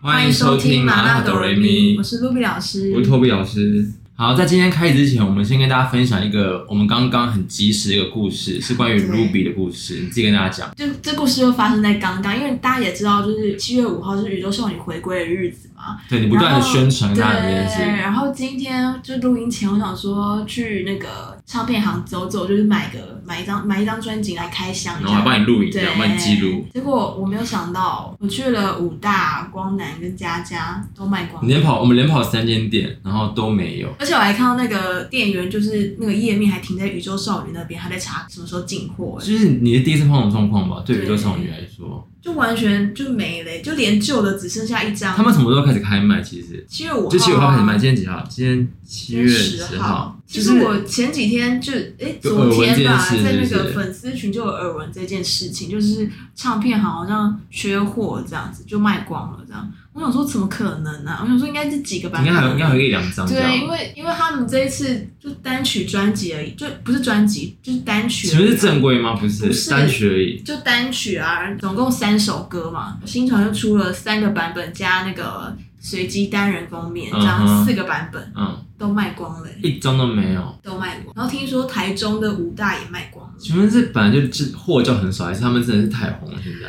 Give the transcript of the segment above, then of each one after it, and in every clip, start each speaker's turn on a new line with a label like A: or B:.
A: 欢迎收听麻辣哆瑞咪
B: 我，是 Ruby 老师，
A: 我是托比老师。好，在今天开始之前，我们先跟大家分享一个我们刚刚很及时的一个故事，是关于
B: 对
A: Ruby 的故事，你自己跟大家讲。
B: 就这故事就发生在刚刚，因为大家也知道，就是七月五号是宇宙少女回归的日子嘛。
A: 对你不断的宣传
B: 对，
A: 大家这件事，
B: 然后今天就录音前，我想说去那个唱片行走走，就是买个买一张买一张专辑来开箱一
A: 然
B: 下。
A: 后我还帮你录影，这样
B: 对，
A: 帮你记录。。
B: 结果我没有想到，我去了武大、光南跟佳佳都卖光
A: 你
B: 了。
A: 连跑，我们连跑三间店，然后都没有。
B: 而且我还看到那个店员，就是那个页面还停在宇宙少女那边，还在查什么时候进货、欸
A: 就是你的第一次碰到这种状况吧？对宇宙
B: 对
A: 少女来说，
B: 就完全就没了欸、就连旧的只剩下一张。
A: 他们什么时候开始开卖？其实
B: 七月五号，啊
A: 就七月五号开始卖，，今天几号？今天七月
B: 十
A: 十号。就
B: 其实
A: 是
B: 我前几天就哎，
A: 有
B: 昨天吧，
A: 耳闻这件事
B: 在那
A: 是不
B: 个
A: 是
B: 粉丝群就有耳闻这件事情，就是唱片行好像缺货这样子，就卖光了这样。我想说怎么可能啊呢、我想说应该是几个版
A: 应该
B: 本。
A: 还有应该还有一两张这
B: 对，因
A: 样。
B: 为因为他们这一次就单曲专辑而已，就不是专辑，就是单曲而已啊。
A: 其实是正规吗？不
B: 不
A: 是，
B: 是
A: 单曲而已。
B: 就单曲啊，总共三首歌嘛，新潮就出了三个版本加那个随机单人封面，这
A: 嗯
B: 样
A: 哼
B: 四个版本
A: 嗯，
B: 都卖光了欸、
A: 一张都没有。
B: 都卖光。然后听说台中的武大也卖光了。
A: 请问是本来就是货就很少，还是他们真的是太红了？现在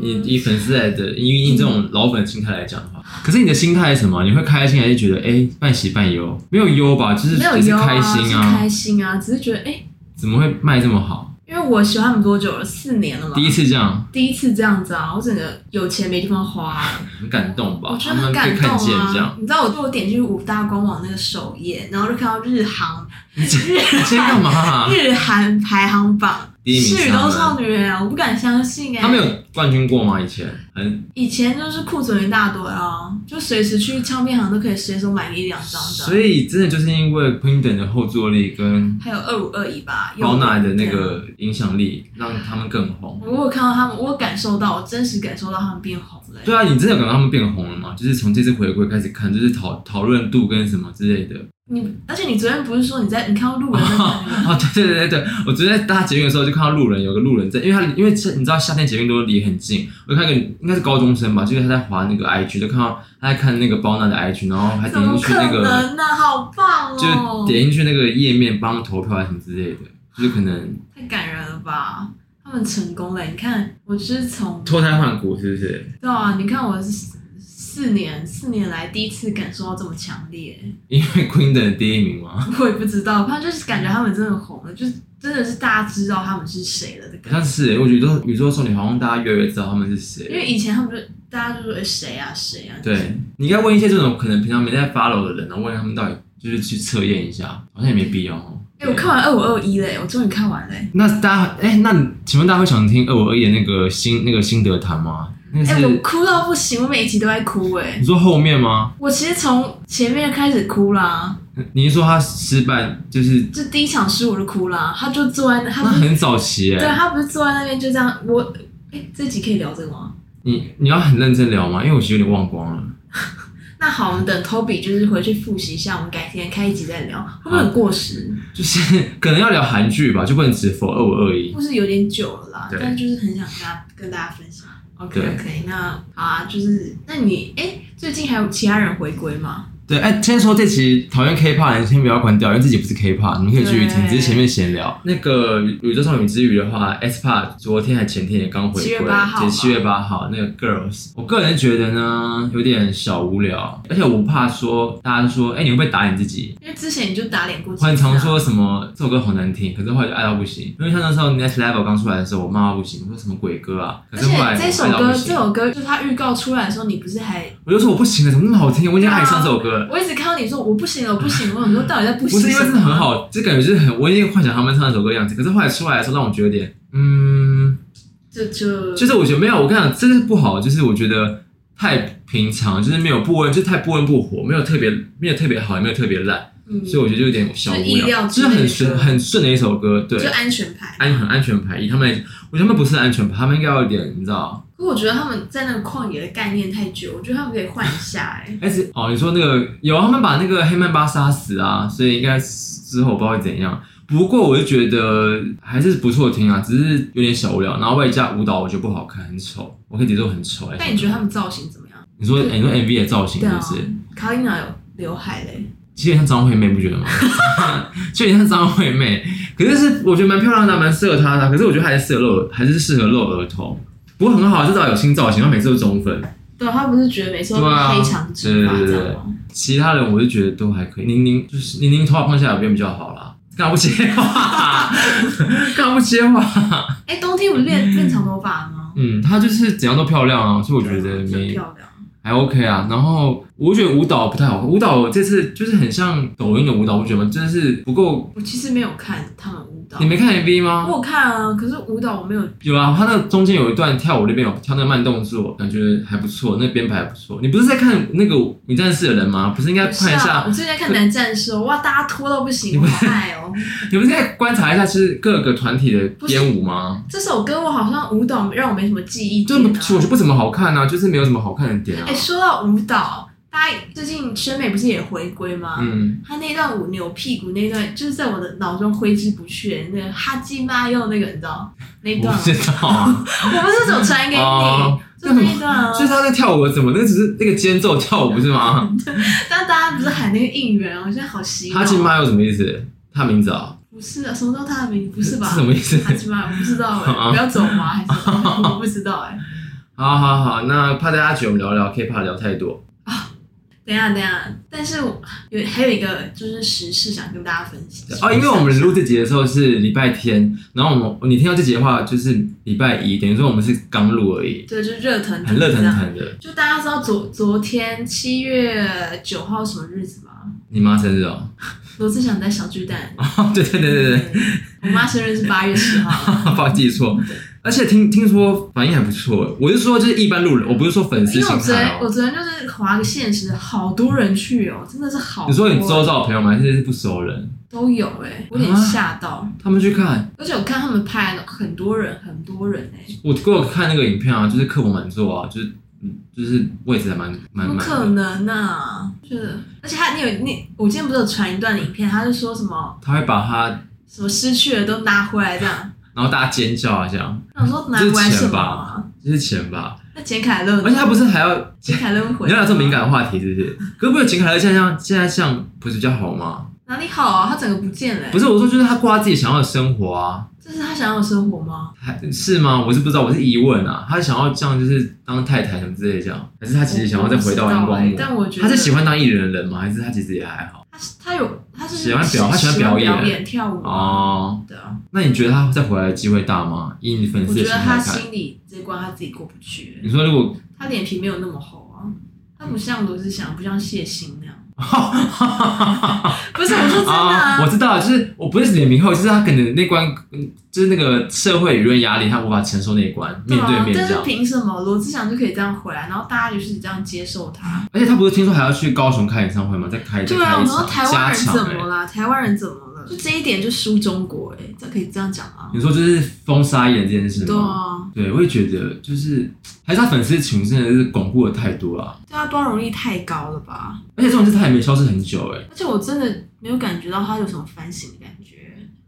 A: 你
B: 嗯，
A: 以粉丝来的，以以你这种老粉心态来讲的话，可是你的心态是什么？你会开心还是觉得哎、半喜半忧？没有忧吧，就是
B: 没有
A: 只是
B: 忧
A: 开心
B: 是
A: 啊
B: 开，心啊，只是觉得哎、诶
A: 怎么会卖这么好？
B: 因为我喜欢他们多久了？四年了嘛。
A: 第一次这样，
B: 第一次这样子啊，我整个有钱没地方花、
A: 很感动吧？
B: 我觉
A: 他
B: 得很
A: 们
B: 感
A: 被
B: 动
A: 看见这
B: 啊
A: 样！，
B: 你知道我，我点进武大官网那个首页，然后就看到日航
A: 你今
B: 日
A: 你今天干嘛、
B: 日韩排行榜
A: 第一名
B: 是
A: 是
B: 宇
A: 他
B: 宙
A: 们
B: 少女哎，我不敢相信哎。
A: 他们有冠军过吗？以前很，
B: 以前就是库存一大堆啊，就随时去唱片行都可以随手买一两张这
A: 所
B: 样。啊
A: 以真的就是因为 Quinton 的后坐力跟
B: 还有二五二一吧，有啊
A: 包奈的那。个影响力，让他们更红。
B: 我有看到他们，我有感受到，我真实感受到他们变红了欸。
A: 对啊，你真的有感觉他们变红了吗？就是从这次回归开始看，就是讨讨论度跟什么之类的。
B: 你而且你昨天不是说你在你看到路人在看你吗？
A: 哦，对对对对，我昨天在搭捷运的时候就看到路人有个路人在，因为他因为你知道夏天捷运都离很近，我就看一个应该是高中生吧，就是他在滑那个 IG，就看到他在看那个包娜的 IG，然 后还
B: 怎
A: 点
B: 么
A: 进去
B: 可
A: 那个，
B: 能呢、好棒
A: 就
B: 哦！
A: 点进去那个页面帮他投票还是什么之类的，就是可能
B: 太感人了吧！他们成功了，你看，我是从
A: 脱胎换骨是不是？
B: 对啊，你看我是四四年四年来第一次感受到这么强烈，
A: 因为 Queen 的第一名嘛，
B: 我也不知道，反正就是感觉他们真的红了，就是真的是大家知道他们是谁了的
A: 好
B: 感
A: 像
B: 觉。
A: 是、欸，我觉得宇宙少女好像大家越来越知道他们是谁了。
B: 因为以前他们就大家就说哎谁啊谁啊，就是
A: 对，你应该问一些这种可能平常没在 follow 的人，然后问他们到底就是去测验一下，好像也没必要哦。
B: 哎、我看完二五二一嘞，我终于看完嘞。
A: 那大家，哎、那你请问大家会想听二五二一的那个新那个心得谈吗？那个
B: 哎、
A: 是、
B: 我哭到不行，我每一集都在哭哎。
A: 你说后面吗？
B: 我其实从前面开始哭啦，
A: 你是说他失败就是
B: 就第一场输我就哭啦。他就坐在那，他
A: 那
B: 不是
A: 很早期哎、
B: 对啊他不是坐在那边就这样。我哎、这集可以聊这个吗？
A: 你你要很认真聊吗？因为我其实有点忘光了。
B: 那好，我们等 Toby 就是回去复习一下，我们改天开一集再聊，会不会很过时？
A: 就是可能要聊韩剧吧，就不能只否二五二一。
B: 故事有点久了啦，
A: 对
B: 但就是很想跟大跟大家分享。OK
A: 对
B: OK，那好啊，就是那你哎、最近还有其他人回归吗？
A: 对，哎、先说这期讨厌 K-pop 的人先不要关掉，因为自己不是 K-pop，你们可以继续听，只
B: 对
A: 是前面闲聊。那个宇宙少女之旅的话，S Park 昨天还前天也刚回
B: 7
A: 归，
B: 月8号
A: 对，
B: 嘛
A: 七月八号那个 Girls，我个人觉得呢有点小无聊，而且我怕说大家说，哎、你会不会打你自己？
B: 因为之前你就打脸过几次啊
A: 很常说什么这首歌好难听，可是后来就爱到不行。因为像那时候 Next Level 刚出来的时候，我骂到不行，我说什么鬼歌啊，可
B: 而
A: 是后来
B: 且这
A: 我
B: 首
A: 爱到
B: 歌，
A: 不
B: 这
A: 行，
B: 首歌就是他预告出来的时候，你不是还
A: 我就说我不行了，怎么那么好听？我已经爱上这首歌了。
B: 我一直看到你说我不行了，我不行 了，我想说到底在不
A: 不
B: 行？
A: 是因为真的很，好，就感觉就是很，我已经幻想他们唱那首歌的样子。可是后来出来的时候，让我觉得有点，嗯，
B: 就就
A: 就是我觉得没有，我跟你讲，这是不好，就是我觉得太平常，就是没有不温，就是太不温不火，没有特别，没有特别好，也没有特别烂，
B: 嗯，
A: 所以我觉得就有点小
B: 就
A: 无
B: 意料
A: 聊，
B: 之
A: 就
B: 内
A: 是
B: 的
A: 很顺很顺的一首歌，对
B: 就，安全牌。
A: 安很安全牌。以他们来，我觉得他们不是安全牌，他们应该要有点，你知道，
B: 可我觉得他们在那个旷野的概念太久，我觉得他们可以换一下 哎、
A: 而且哦，你说那个有啊他们把那个黑曼巴杀死啊，所以应该之后我不知道会怎样。不过我就觉得还是不错听啊，只是有点小无聊。然后外加舞蹈我觉得不好看，很丑，我可以接受很丑、欸。
B: 那你觉得他们造型怎么样？
A: 你说、哎你说 MV 的造型
B: 对
A: 是
B: 啊
A: 不是？，
B: 卡琳娜有刘海嘞，
A: 其实有点像张惠妹，不觉 得吗？就有点像张惠妹，可是是我觉得蛮漂亮的，蛮适合她的。啊可是我觉得还是适合露，还是适合露额头。不过很好，至少有新造型，她每次都中分。
B: 对啊，他不是觉得每次都
A: 对啊
B: 黑长直发
A: 对对
B: 这
A: 对
B: 样吗？
A: 其他人我就觉得都还可以，宁宁就是宁宁头发放下来有变比较好啦。干嘛不接话？ 干嘛不接话？
B: 哎、冬天不是练练长头发吗？
A: 嗯，她就是怎样都漂亮啊，所以嗯我觉得
B: 很
A: 没
B: 漂亮。
A: 还 OK 啊。然后我觉得舞蹈不太好，舞蹈这次就是很像抖音的舞蹈，不觉得吗？真的是不够。
B: 我其实没有看他们舞蹈
A: 你，没看 MV 吗？
B: 我有看啊，可是舞蹈我没有。
A: 有啊，他那个中间有一段跳舞那边有跳那个慢动作，感觉还不错，那编排还不错。你不是在看那个《女战士》的人吗？不是应该
B: 不是
A: 看一
B: 啊，
A: 下
B: 我？最近在看男战士哦，哇，大家拖到不行，我好爱哦。
A: 你不是应该观察一下，就是各个团体的
B: 不是
A: 编舞吗？
B: 这首歌我好像舞蹈让我没什么记忆
A: 就
B: 点、啊。
A: 我觉得不怎么好看啊，就是没有什么好看的点啊
B: 哎、。说到舞蹈，大家最近审美不是也回归吗？
A: 嗯，
B: 他那段舞扭屁股那段，就是在我的脑中挥之不去。那个哈基玛又那个，你知道那
A: 我
B: 段吗？
A: 不知道 啊。
B: 我不是有传给你，
A: 哦
B: 就那哦一段啊。
A: 就是他那跳舞的怎么？那只是那个间奏跳舞不是吗？
B: 但大家不是喊那个应援，我现在好洗脑。
A: 哈金妈又什么意思？他名字啊？
B: 不是啊，什么时候他的名字？不是吧？
A: 是什么意思？
B: 哈基玛，我不知道 哎、
A: 啊
B: 不要走吗？还是什么我不知道哎、
A: 好好好，那怕大家觉得我们聊聊 K-pop 聊太多，
B: 等一下，等一下，但是我有还有一个就是时事想跟大家分享
A: 哦，因为我们录这集的时候是礼拜天，然后我们你听到这集的话就是礼拜一，等于说我们是刚录而已，
B: 对，就是热腾腾，
A: 很热腾。腾的。
B: 就大家知道昨昨天七月九号什么日子吗？
A: 你妈生日哦？
B: 罗志祥在小巨蛋。
A: 哦，对对对对对，
B: 我妈生日是八月十号，
A: 怕记错。而且听听说反应还不错，我是说就是一般路人，我 不是说粉丝
B: 因为我
A: 心
B: 昨
A: 态
B: 天我
A: 哦。
B: 昨天就是划个现实，好多人去哦，真的是好多。
A: 你说啊你周遭的朋友们还是不熟人，
B: 都有哎、我有点吓到，
A: 他们去看，
B: 而且我看他们拍了很多人，很多人哎、
A: 我给我看那个影片啊，就是刻薄满座啊，就是嗯就是位置还蛮蛮
B: 怎
A: 满
B: 么可
A: 的。
B: 能啊？就是，而且他你有你，我今天不是有传一段影片，他就说什么
A: 他会把他，
B: 什么失去的都拿回来这样，
A: 然后大家尖叫啊，这样
B: 那我说拿回来什么、啊？
A: 就是钱吧，
B: 那简凯乐呢，
A: 而且他不是还要
B: 简凯乐会回
A: 你
B: 来
A: 要
B: 吗
A: 聊这么敏感的话题是不是？可是不是秦凯乐现在像现在像不是比较好吗？
B: 哪里好啊？他整个不见了、欸，
A: 不是我说，就是他过他自己想要的生活啊，
B: 这是他想要的生活吗？
A: 还是吗？我是不知道，我是疑问啊。他想要这样就是当太太什么之类的这样，还是他其实想要再回到荧光
B: 我不
A: 幕
B: 知道欸？但我觉得
A: 他是喜欢当艺人的人吗？还是他其实也还好？
B: 他他有他就是
A: 喜欢表他喜欢表演
B: 表演跳舞啊，
A: 哦，
B: 对啊，
A: 那你觉得他再回来的机会大吗？以你粉
B: 我
A: 丝的
B: 觉
A: 心
B: 得
A: 态
B: 他
A: 看，
B: 心里这关他自己过不去欸、
A: 你说如果
B: 他脸皮没有那么厚啊，他不像罗志祥，不像谢 欣那样。不是，我说真的啊，
A: 我知道，就是我不是脸皮厚，就是他可能那关，嗯就是那个社会舆论压力，他无法承受那一关，面对面
B: 啊，但
A: 这
B: 是
A: 样。
B: 凭什么罗志祥就可以这样回来，然后大家就是这样接受他？
A: 而且他不是听说还要去高雄开演唱会吗？再开再
B: 对啊，
A: 开
B: 我
A: 一
B: 说
A: 场
B: 台
A: 加
B: 湾人
A: 场
B: 怎
A: 欸
B: 么啦？台湾人怎么了？就这一点就输中国哎、这可以这样讲啊？
A: 你说就是封杀艺人这件事
B: 对
A: 吗？
B: 啊，
A: 对，我也觉得就是还是他粉丝群真的是巩固的太多了，
B: 对啊，包容力太高了吧？
A: 而且这种事他也没消失很久哎、
B: 而且我真的没有感觉到他有什么反省的感觉，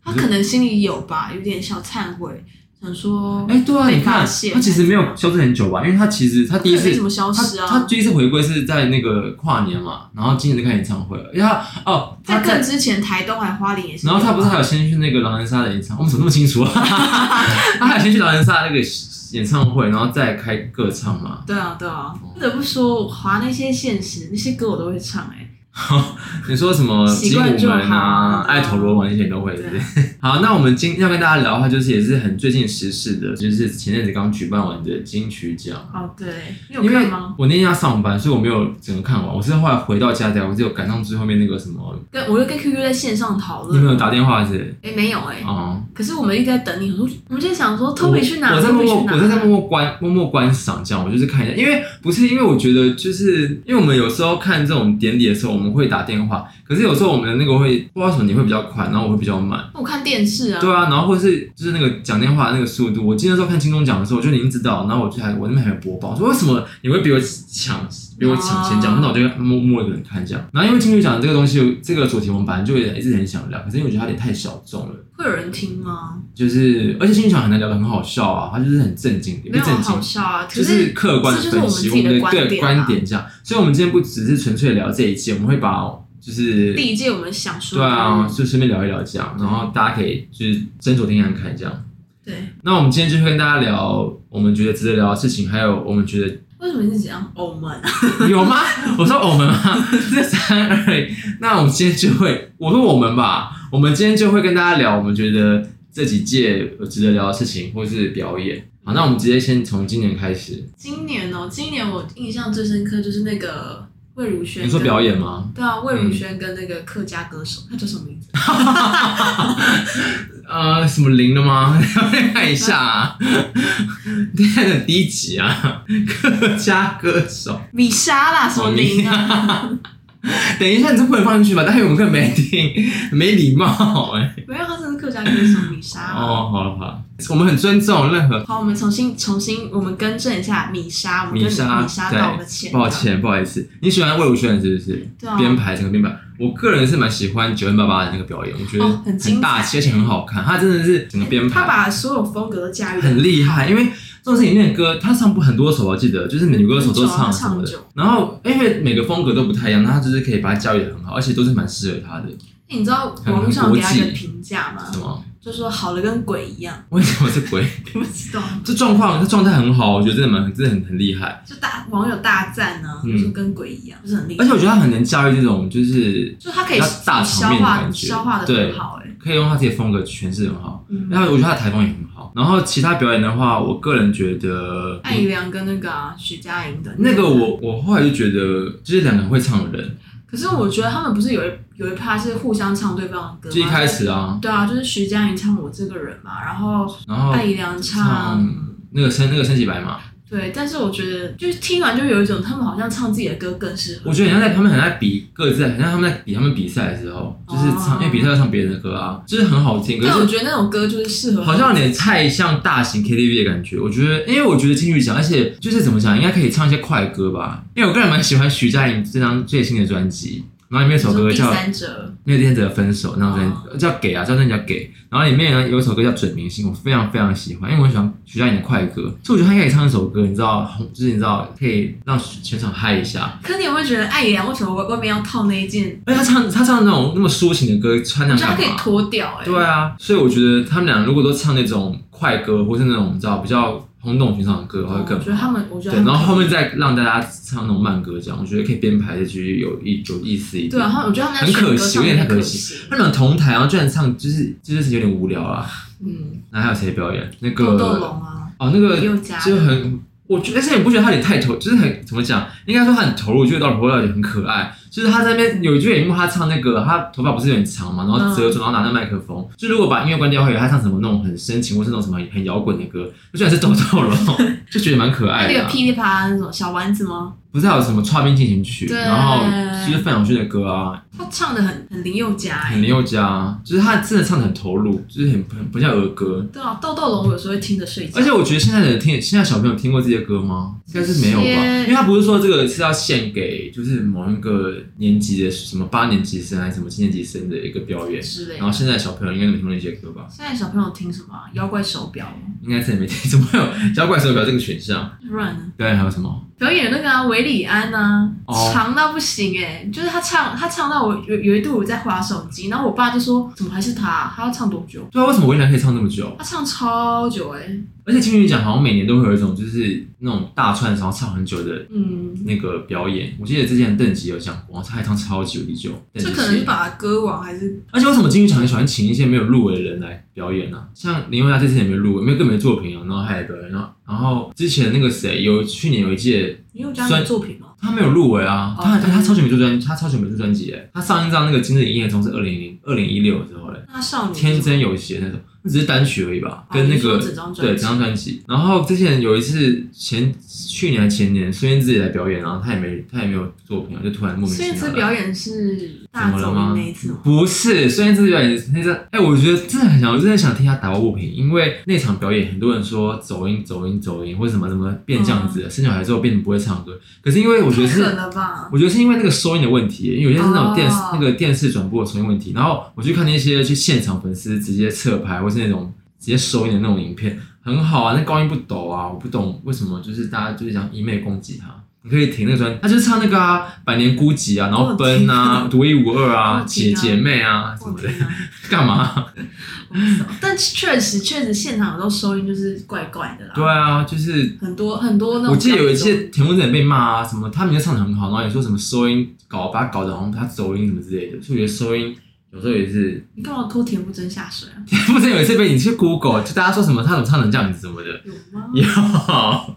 B: 他可能心里有吧，有点小忏悔，想说
A: 哎、对啊，
B: 被
A: 你
B: 发
A: 看
B: 现
A: 他其实没有消失很久吧，因为他其实他第一
B: 可能没
A: 次
B: 什么消失
A: 他
B: 啊，
A: 他第一次回归是在那个跨年嘛，然后今年就开演唱会了，因为他哦他
B: 在
A: 在
B: 更之前，台东还花莲也是。
A: 然后他不是还有先去那个狼人杀的演唱，我们怎么那么清楚啊？ 他还有先去狼人杀那个演唱会，然后再开歌唱嘛。
B: 对啊，对啊，不得不说，我划那些现实那些歌我都会唱哎、
A: 你说什么
B: 习
A: 精武
B: 惯就
A: 门啊
B: 好、
A: 爱头罗网那些都会，对不对？好，那我们今要跟大家聊的话，就是也是很最近时事的，就是前阵子刚举办完的金曲奖。
B: 哦，对，你有
A: 因为
B: 看吗？
A: 我那天要上班，所以我没有整个看完。我是后来回到家才，我只有赶上最后面那个什么，
B: 跟我又跟 QQ 在线上讨
A: 你
B: 论，
A: 没有打电话是不是？
B: 哎、没有哎、
A: 哦、
B: 可是我们一直在等你，我说我们就在想说
A: 我
B: ，Toby 去哪
A: 我在默
B: Toby
A: 默，
B: 去哪？
A: 我在默默观默默观赏，这样我就是看一下，因为不是因为我觉得，就是因为我们有时候看这种典礼的时候，我们们会打电话，可是有时候我们的那个会不知道为什么你会比较快，然后我会比较慢。
B: 我看电视啊，
A: 对啊，然后或者是就是那个讲电话的那个速度，我记得那时候看金钟奖的时候，我就已经知道，然后我就还我那边还有播报，说为什么你会比我抢，比我抢先讲，
B: 哦
A: 那我就默默一个人看这样。然后因为金钟奖这个东西，这个主题我们本来就也一直很想聊，可是因为我觉得它有点太小众了，
B: 会有人听吗？
A: 就是而且金钟奖很难聊得很好笑啊，它就是很正经，也不
B: 没
A: 是
B: 有
A: 正经
B: 好，笑啊，
A: 就
B: 可
A: 是客观的
B: 这就是
A: 分
B: 我们
A: 析
B: 自己的
A: 的
B: 观
A: 对
B: 点啊
A: 观点这样。所以，我们今天不只是纯粹聊这一季，我们会把就是
B: 第一届我们想说
A: 对
B: 的
A: 啊，就顺便聊一聊这样，然后大家可以就是斟酌听看看这样。
B: 对，
A: 那我们今天就会跟大家聊我们觉得值得聊的事情，还有我们觉得
B: 为什么是讲我们？
A: 有吗？我说我们吗？ 这三而已。那我们今天就会，我说我们吧，我们今天就会跟大家聊我们觉得这几届有值得聊的事情或是表演。好，那我们直接先从今年开始。
B: 今年哦，今年我印象最深刻就是那个魏如萱，
A: 你说表演？吗？
B: 对啊，
A: 嗯
B: 魏如萱跟那个客家歌手，他叫什么名字？
A: 呃，什么零的吗？ 看一下、啊， 这很低级啊， 客家歌手。
B: 米莎啦，什么林
A: 哦
B: 啊？
A: 等一下，你这不能放进去吧？但是我们根本没听，没礼貌哎、
B: 没有，他是客家歌手米莎啊。
A: 哦，好了好了，我们很尊重任何。
B: 好，我们重新重新，我们更正一下米莎，我们
A: 米
B: 跟
A: 莎，
B: 米莎
A: 对
B: 道个歉，
A: 抱，歉，不好意思。你喜欢魏如萱是不是？
B: 对啊，
A: 编排整个编排，我个人是蛮喜欢九零八八的那个表演，我觉得
B: 哦很精
A: 很大
B: 彩
A: 气，而且很好看。他真的是整个编
B: 他
A: 排
B: 把所有风格都驾驭得
A: 很厉害，因为这种事情那个歌，他唱不很多首，我记得就是女歌手都唱什么
B: 很
A: 的
B: 久很久。
A: 然后因为每个风格都不太一样，那他就是可以把它教育的很好，而且都是蛮适合他的，
B: 哎你知道网络上
A: 很
B: 给他一
A: 国
B: 个
A: 际
B: 评价吗
A: 是？吗？
B: 就说好了跟鬼一样，
A: 为什么是鬼？
B: 你们知道吗？
A: 这状况，这状态很好，我觉得真的蛮，真的很很厉害。
B: 就大网友大赞呢、啊，
A: 嗯
B: 就说跟鬼一样，就是很厉害。
A: 而且我觉得他很能驾驭这种，就是
B: 就他可以
A: 比较大场
B: 消
A: 面的
B: 化
A: 感觉
B: 消化的
A: 对
B: 很好、欸，
A: 可以用他自己的风格诠释得很好。然
B: 嗯，
A: 后我觉得他的台风也很好。然后其他表演的话，我个人觉得
B: 艾怡良跟那个、啊、许佳莹的
A: 那个，我我后来就觉得，就是两个很会唱的人，
B: 可是我觉得他们不是有一有一趴是互相唱对方的歌吗？
A: 就一开始啊，
B: 对啊，就是徐佳莹唱我这个人嘛，然后
A: 然后
B: 艾怡良唱
A: 哦唱那个身那个身体白马，
B: 对，但是我觉得就是听完就有一种他们好像唱自己的歌更适合。
A: 我觉得很像在他们很在比各自，很像他们在比他们比赛的时候，就是唱，
B: 哦
A: 因为比赛要唱别人的歌啊，就是很好听，可
B: 但我
A: 是
B: 觉得那种歌就是适合
A: 好像有点太像大型 KTV 的感觉。我觉得，因为我觉得金曲奖，而且就是怎么讲，应该可以唱一些快歌吧，因为我个人蛮喜欢徐佳莹这张最新的专辑。然后里面有一首歌
B: 第
A: 叫
B: 三哦者，
A: 那个天者的分手，那张专辑叫给啊，这张专辑叫给。然后里面呢有一首歌叫准明星，我非常非常喜欢，因为我很喜欢徐佳莹的快歌，所以我觉得她应该可以唱一首歌，你知道，就是你知道可以让全场嗨一下。
B: 可是你会觉得艾怡良为什么外外面要套那一件？
A: 而且她唱她唱那种那么抒情的歌，穿那
B: 我
A: 样
B: 觉得他可
A: 干
B: 以
A: 嘛？
B: 脱掉哎、
A: 对啊，所以我觉得他们俩如果都唱那种快歌，或是那种你知道比较轰动全场的歌，会
B: 哦我
A: 更
B: 觉得他
A: 好。
B: 们，我觉
A: 对
B: 得，他
A: 然
B: 们
A: 后后面再让大家唱那种慢歌，这样我觉得可以编排的去有意有意思一点。
B: 对啊，然后我觉得他们在
A: 很可
B: 选歌
A: 惜
B: 上面
A: 有点太
B: 很
A: 可
B: 可
A: 惜。他们同台，然后居然唱，就是这件事情有点无聊啊。
B: 嗯，
A: 那还有谁表演？那
B: 豆
A: 个
B: 豆龙啊，
A: 哦，那个
B: 又加
A: 就很，我觉得，而且你不觉得他有点太投，就是很怎么讲？应该说他很投入，就到头到尾很可爱。就是他在那边有一句有一幕，他唱那个，他头发不是有点长嘛，然后
B: 嗯
A: 遮住，然后拿着麦克风。就如果把音乐关掉的话，以为他唱什么那种很深情或是那种什么很摇滚的歌，就居然是抖抖龙， 就觉得蛮可爱
B: 那
A: 的、
B: 个
A: 啊。
B: 噼里啪啦那种小丸子吗？
A: 不是还有什么《跨边进行曲》，
B: 对
A: 然后就是范晓萱的歌啊，
B: 他唱的很很林宥嘉哎、
A: 很林宥嘉，就是他真的唱的很投入，就是很很不像儿歌。
B: 对啊，豆豆龙我有时候会听着睡觉，
A: 而且我觉得现在的人听，现在小朋友听过这些歌吗？应该是没有
B: 这
A: 吧，
B: 些
A: 因为他不是说这个是要献给就是某一个年级的什么八年级生还是什么七年级生的一个表演，
B: 之类
A: 然后
B: 的。
A: 现在的小朋友应该都没听过那些歌吧？
B: 现在小朋友听什么啊、妖怪手表吗，
A: 应该是也没听，怎么会有交怪手表这个选项？
B: 不然呢？
A: 表演还有什么？
B: 表演那个啊，韦礼安啊，
A: 嗯哦
B: 长到不行哎、就是他唱，他唱到我有有一度我在划手机，然后我爸就说怎么还是他啊、他要唱多久？
A: 对啊，为什么魏然可以唱这么久？
B: 他唱超久哎、
A: 而且金曲奖好像每年都会有一种就是那种大串，然后唱很久的。
B: 嗯，
A: 那个表演，我记得之前邓紫有讲过，她还唱超级久。邓
B: 这
A: 紫
B: 可能
A: 棋
B: 是把歌王还是
A: 而且为什么金曲奖很喜欢请一些没有入围的人来表演呢、像林宥嘉这次也没有入围，没有更没作品啊，然后他来表演，然后然后之前那个谁有去年有一届
B: 林宥嘉
A: 虽
B: 的
A: 然
B: 作品吗？
A: 他没有入围啊，
B: 哦
A: 他
B: 对
A: 他超久没出专，他超久没出专辑哎，他上一张那个《今日营业中》是二零零二零一六之后嘞，
B: 那他少女
A: 天真有邪那种，只是单曲而已吧，
B: 哦
A: 跟那
B: 你说
A: 个
B: 整张专
A: 对
B: 辑
A: 整张专辑。然后之前有一次前去年还前年，孙燕姿也来表演，然后她也没她也没有作品啊，就突然莫名其
B: 孙
A: 妙
B: 燕
A: 来。
B: 姿表演是
A: 怎
B: 大
A: 么了
B: 走
A: 吗
B: 音那一次吗？
A: 不是孙燕姿表演那个，哎、我觉得真的很想，我真的想听她打抱不平，因为那场表演很多人说走音、走音、走音，或者什么怎么变这样子了，生小孩之后变得不会唱歌。可是因为我觉得
B: 不
A: 是
B: 可，能吧？
A: 我觉得是因为那个收音的问题，因为有些是那种电视、
B: 哦
A: 那个电视转播的收音问题。然后我去看那些去现场粉丝直接侧拍，或是那种直接收音的那种影片，很好啊，那高音不抖啊，我不懂为什么就是大家就是想一昧攻击他。你可以停那个专辑，他就是唱那个啊，《百年孤寂》啊，然 后《奔》啊，《独一无二》啊，
B: 我
A: 《姐
B: 听啊
A: 姐妹》啊什
B: 我
A: 么的
B: 天，啊！
A: 干嘛？
B: 我不知道但确实确实现场有时候收音就是怪怪的啦。
A: 对啊，就是
B: 很多很多那种。
A: 我记得有一次田馥甄也被骂啊，什么他明明唱的很好，然后也说什么收音搞把他搞得好像他走音什么之类的，所以我觉得收音有时候也是
B: 你干嘛拖田馥甄下水啊？
A: 不是有一次被你去 Google，就大家说什么他怎么唱成这样子什么的，
B: 有吗？
A: 有 好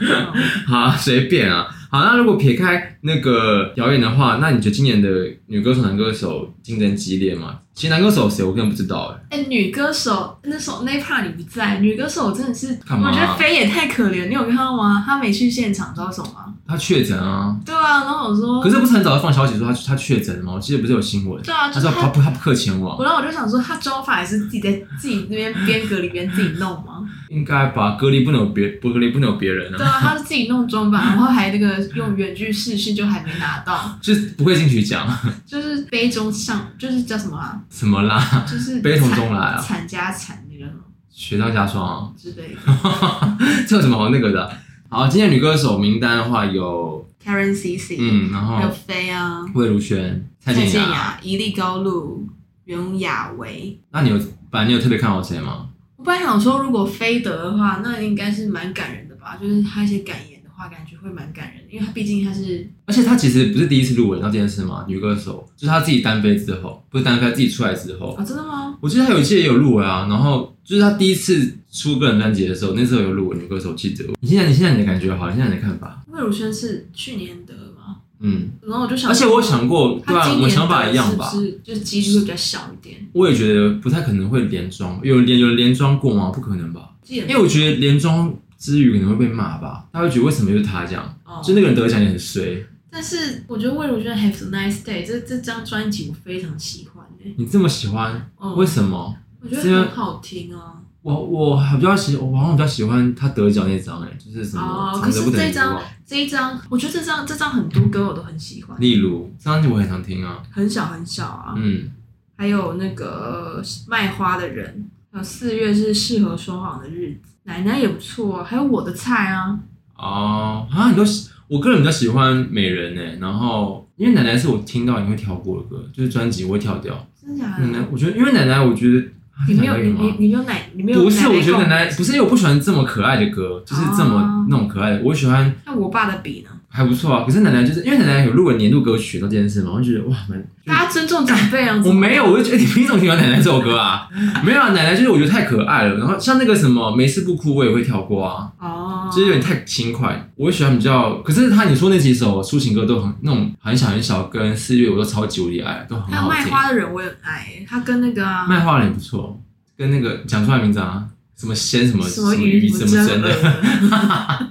B: 嗯
A: 随便啊。好，那如果撇开那个表演的话，那你觉得今年的女歌手、男歌手竞争激烈吗？其实男歌手谁我根本不知道哎、
B: 哎、女歌手那时候那一 part 你不在，女歌手我真的是，
A: 干嘛啊
B: 我觉得飞也太可怜。你有看到吗？她没去现场，知道什么吗？
A: 他确诊啊，
B: 对啊，然后我说，
A: 可是不是很早就放消息说他他确诊了吗？我记得不是有新闻，
B: 对啊，
A: 他
B: 就是
A: 说他
B: 她，
A: 不他不客前往，
B: 我然后我就想说，她妆发也是自己在自己那边边隔离边自己弄吗？
A: 应该吧？隔离不能有别不隔离不能有别人
B: 对
A: 啊，
B: 啊，她是自己弄妆吧，然后还那个用远距视讯就还没拿到，
A: 就是不会进去讲
B: 就是杯中上，就是叫什么啊？
A: 什么啦，
B: 就是
A: 悲从中来啊
B: 惨加惨那个什么
A: 雪上加霜啊、
B: 之类的。
A: 这有什么好那个的？好，今天女歌手名单的话有，
B: Karen CC，、
A: 嗯，然
B: 还有
A: 后
B: 飞啊，
A: 魏如萱、蔡健雅。
B: 雅、一粒高露、袁娅维。
A: 那你有，反正你有特别看好谁吗？
B: 我本来想说，如果飞得的话，那应该是蛮感人的吧？就是他一些感言的话，感觉会蛮感人的，因为他毕竟他是
A: 而且她其实不是第一次入围到这件事嘛，女歌手就是她自己单飞之后，不是单飞，她自己出来之后
B: 啊、，真的吗？
A: 我记得她有一届也有入围啊。然后就是她第一次出个人专辑的时候，那时候有入围女歌手，我记得。你现在你现在你的感觉好，你现在你的看法，
B: 魏如萱是去年得吗？
A: 嗯。
B: 然后我就想，
A: 而且我有想过，对
B: 他
A: 啊，
B: 今
A: 我
B: 年
A: 想法一样吧
B: 得。是不是就是几率会比较小一点？
A: 我也觉得不太可能会连庄，有连有连庄过吗？不可能吧。
B: 因
A: 因为我觉得连庄之余可能会被骂吧，他会觉得为什么又是他这样，
B: 哦
A: 就那个人得奖也很衰。
B: 但是我觉得魏如萱《Have a Nice Day》这这张专辑我非常喜欢欸诶、
A: 你这么喜欢，
B: 嗯
A: 为什么？
B: 我觉得
A: 是因为
B: 很好听啊。
A: 我我还比较喜，我好像比较喜欢他得奖那张哎、就是什么
B: 哦，
A: 藏
B: 可
A: 着
B: 是
A: 不等
B: 这
A: 于
B: 张
A: 不忘。
B: 这一张，我觉得这张这张很多歌我都很喜欢，
A: 例如这张我很常听啊，
B: 很小很小啊，
A: 嗯，
B: 还有那个卖花的人，还有四月是适合说谎的日子，奶奶也不错、啊，还有我的菜啊，
A: 哦啊，你都喜，我个人比较喜欢美人哎、然后因为奶奶是我听到你会跳过的歌，就是专辑我会跳掉。
B: 真假
A: 奶奶
B: 的？，
A: 我觉得因为奶奶，我觉得啊
B: 嗯你没有
A: 奶奶
B: 你
A: 有吗
B: 你你没有奶你没有
A: 不是，
B: 奶
A: 我觉得
B: 共
A: 奶奶不是，因为我不喜欢这么可爱的歌，就是这么
B: 哦
A: 那种可爱的，我喜欢
B: 那我爸的笔呢？
A: 还不错啊。可是奶奶就是因为奶奶有入围年度歌曲到这件事嘛，我就觉得哇，蛮
B: 大家尊重长辈啊！
A: 我没有，我就觉得你凭什么喜欢奶奶这首歌 啊？没有啊，奶奶就是我觉得太可爱了。然后像那个什么没事不哭，我也会跳过啊，
B: 哦，
A: 就是有点太轻快。我喜欢比较，可是他你说那几首抒情歌都很那种很小很小，跟四月我都超级无敌爱，都很
B: 还有
A: 好
B: 卖
A: 听。
B: 花的人我也很爱欸、他跟那个啊
A: 卖花人也不错，跟那个讲出来名字啊，什么仙什么
B: 什
A: 么
B: 么
A: 鱼
B: 鱼
A: 什
B: 什
A: 么
B: 么
A: 真
B: 真
A: 的。
B: 的，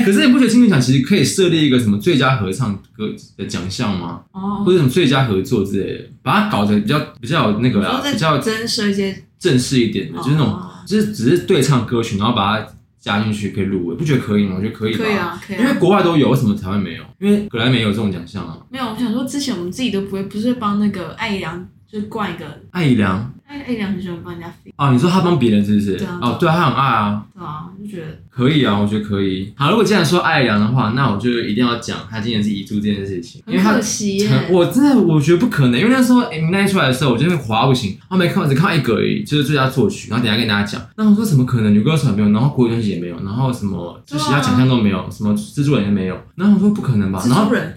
A: 哎、可是你不觉得金曲奖其实可以设立一个什么最佳合唱歌的奖项吗？
B: 哦
A: 或，者什么最佳合作之类的，把它搞得比较比较有那个
B: 然
A: 啦
B: 后，再
A: 比较
B: 增设一些，
A: 正式一点的，就是那种
B: 哦
A: 就是只是对唱歌曲，然后把它加进去可以入围，不觉得可以吗？我觉得可以吧，
B: 可以啊，可以啊，
A: 因为国外都有，为什么台湾没有？因为格莱美有这种奖项啊。
B: 没有，我想说之前我们自己都不会，不是会帮那个艾怡良，就是灌一个
A: 艾怡良
B: 艾艾怡良很喜欢帮人家 fit，
A: 哦，你说他帮别人是不是？
B: 对啊
A: 哦，对啊，他很爱啊，
B: 对啊，我就觉得
A: 可以啊，我觉得可以。好，如果既然说艾怡良的话，那我就一定要讲他今年是遗珠这件事情，因为
B: 很
A: 他
B: 可惜耶。
A: 很 我真的我觉得不可能，因为那时候诶名单一出来的时候，我就会滑不行，哦我没看，我只看到一个而已，就是最佳作曲，然后等一下跟大家讲。那我说怎么可能？女歌手也没有，然后国语专辑也没有，然后什么就其他奖项都没有，什么制作人也没有。然后我说不可能吧，
B: 制
A: 然后
B: 作人、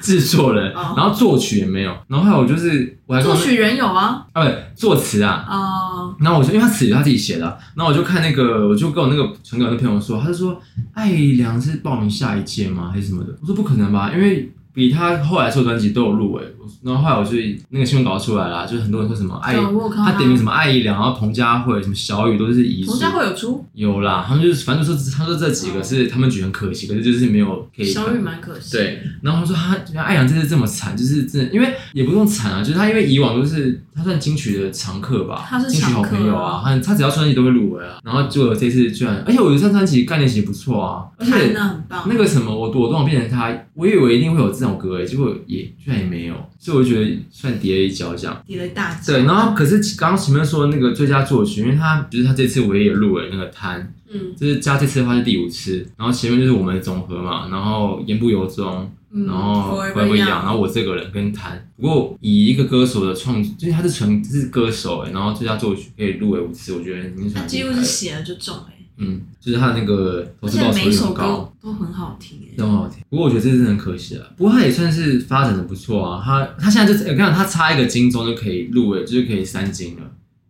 A: 制作人，
B: 哦
A: 然后作曲也没有，然后后来我就是我还跟
B: 作
A: 我
B: 曲人有啊，
A: 啊不对作词啊，
B: 哦，
A: 然后我就因为他词也是他自己写的啊、然后我就看那个，我就跟我那个哎纯感的朋友说，他就说艾良是报名下一届吗还是什么的？我说不可能吧，因为比他后来出的专辑都有入围。然后后来我就那个新闻稿出来啦，就是很多人说什么艾，
B: 哦对啊我有看到
A: 他点名什
B: 么？
A: 么艾怡良，然后彭佳慧、什么小雨都是遗失
B: 彭。佳慧有出，
A: 有啦，他们就是反正就是他说这几个是他们觉得很可惜，可是就是没有可以看。
B: 小雨蛮可惜。
A: 对，然后他说他哎原来艾扬这次这么惨，就是真的，因为也不用惨啊，就是他因为以往都是他算金曲的常客吧，
B: 他是
A: 金曲
B: 常
A: 好
B: 客
A: 朋友啊，他他只要出专辑都会入围啊，然后结果这次居然，而且我觉得这张专辑概念其实不错啊，而
B: 弹
A: 且
B: 的很棒。
A: 那个什么我我多少变成他，我以为一定会有这种歌诶，结果也居然也没有，所以我就觉得算跌了一跤这样。
B: 叠了一大截
A: 对，然后可是刚刚前面说那个最佳作曲，因为他就是他这次唯一也入围那个摊，
B: 嗯
A: 就是加这次的话是第五次，然后前面就是我们的总和嘛，然后言不由衷，
B: 嗯，
A: 然后
B: Forever
A: 会不一
B: Young
A: 样，然后我这个人跟谭，不过以一个歌手的创，就是他是纯是歌手哎，然后最佳作曲可以入围五次，我觉得已经
B: 他
A: 算
B: 几
A: 厉
B: 乎
A: 害
B: 是
A: 了
B: 写了就中哎、
A: 嗯，就是他那个投
B: 而
A: 资
B: 且
A: 报酬
B: 每一
A: 率
B: 首
A: 很高。
B: 歌都很好听哎、
A: 都很好听，不过我觉得这是很可惜啊。不过他也算是发展的不错啊。他他现在就是，我跟你讲，他差一个金钟就可以入围，就是可以三金了。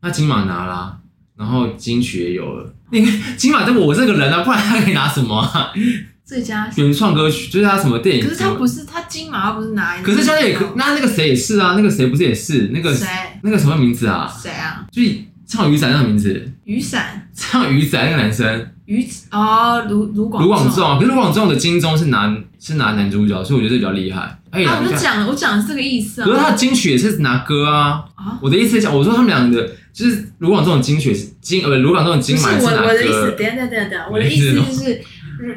A: 那金马拿啦、然后金曲也有了。你看金马就我这个人啊，不然他可以拿什么啊？
B: 最佳。
A: 原创歌曲就是他什么电影？
B: 可是他不
A: 是，
B: 是他金马，他不是拿一个
A: 可是相对也可，那那个谁也是啊，那个谁不是也是那个
B: 哦谁
A: 那个什么名字啊？
B: 谁啊？
A: 就是唱雨伞那个名字，
B: 雨伞
A: 唱雨伞那个男生。
B: 雨哦，卢卢广
A: 卢广仲，啊可是卢广仲的金钟是拿是拿男主角，所以我觉得这比较厉害。哎、
B: 啊，我就
A: 你看
B: 讲了，我讲的是这个意思啊。
A: 可是他的金曲也是拿歌啊。
B: 啊，
A: 我的意思是讲，我说他们两个就是卢广仲的金曲是金呃卢广仲的
B: 不
A: 金
B: 是
A: 马也
B: 我
A: 拿
B: 我的意思，
A: 歌，
B: 等一下等一下等一下，
A: 我
B: 我
A: 的
B: 的
A: 意
B: 意
A: 思
B: 思就是，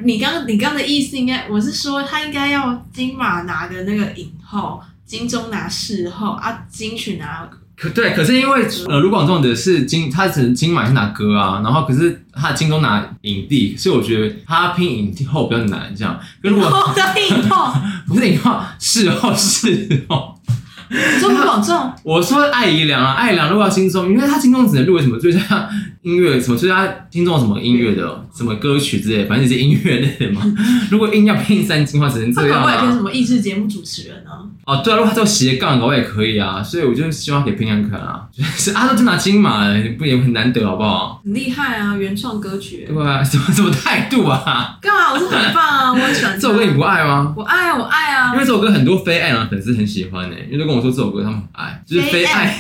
B: 你刚你刚的意思应该，我是说他应该要金马拿的那个影后，金钟拿视后啊，金曲拿
A: 可对，可是因为呃卢广仲的是金，他只金马是拿歌啊，然后可是他的金钟拿影帝，所以我觉得他拼影帝后比较难这样。可是如果
B: 后的影后，
A: 不是影后，事后事后，
B: 你说卢广仲
A: 我说艾怡良啊，艾怡良如果要金钟，因为他金钟只能入围什么最佳音乐，什么最佳金钟什么音乐的，哦什么歌曲之类，反正也是音乐类的嘛。 如果硬要拼三金的话，只能
B: 他
A: 这
B: 可
A: 样
B: 不可以变
A: 啊。
B: 什么益智节目主持人呢？
A: 哦，对啊，如果他做斜杠的我也可以啊，所以我就希望给平安看啊，就是啊，都就拿金马了，不也很难得好不好？
B: 很厉害啊，原创歌曲
A: 对吧？什么什么态度啊？
B: 干嘛？我是很棒啊，我很喜欢他。
A: 这首歌你不爱吗？
B: 我爱啊，我爱啊
A: 因，为这首歌很多非爱的粉丝很喜欢呢、欸因为都跟我说这首歌他们很爱，就是非
B: 非
A: 爱
B: 爱。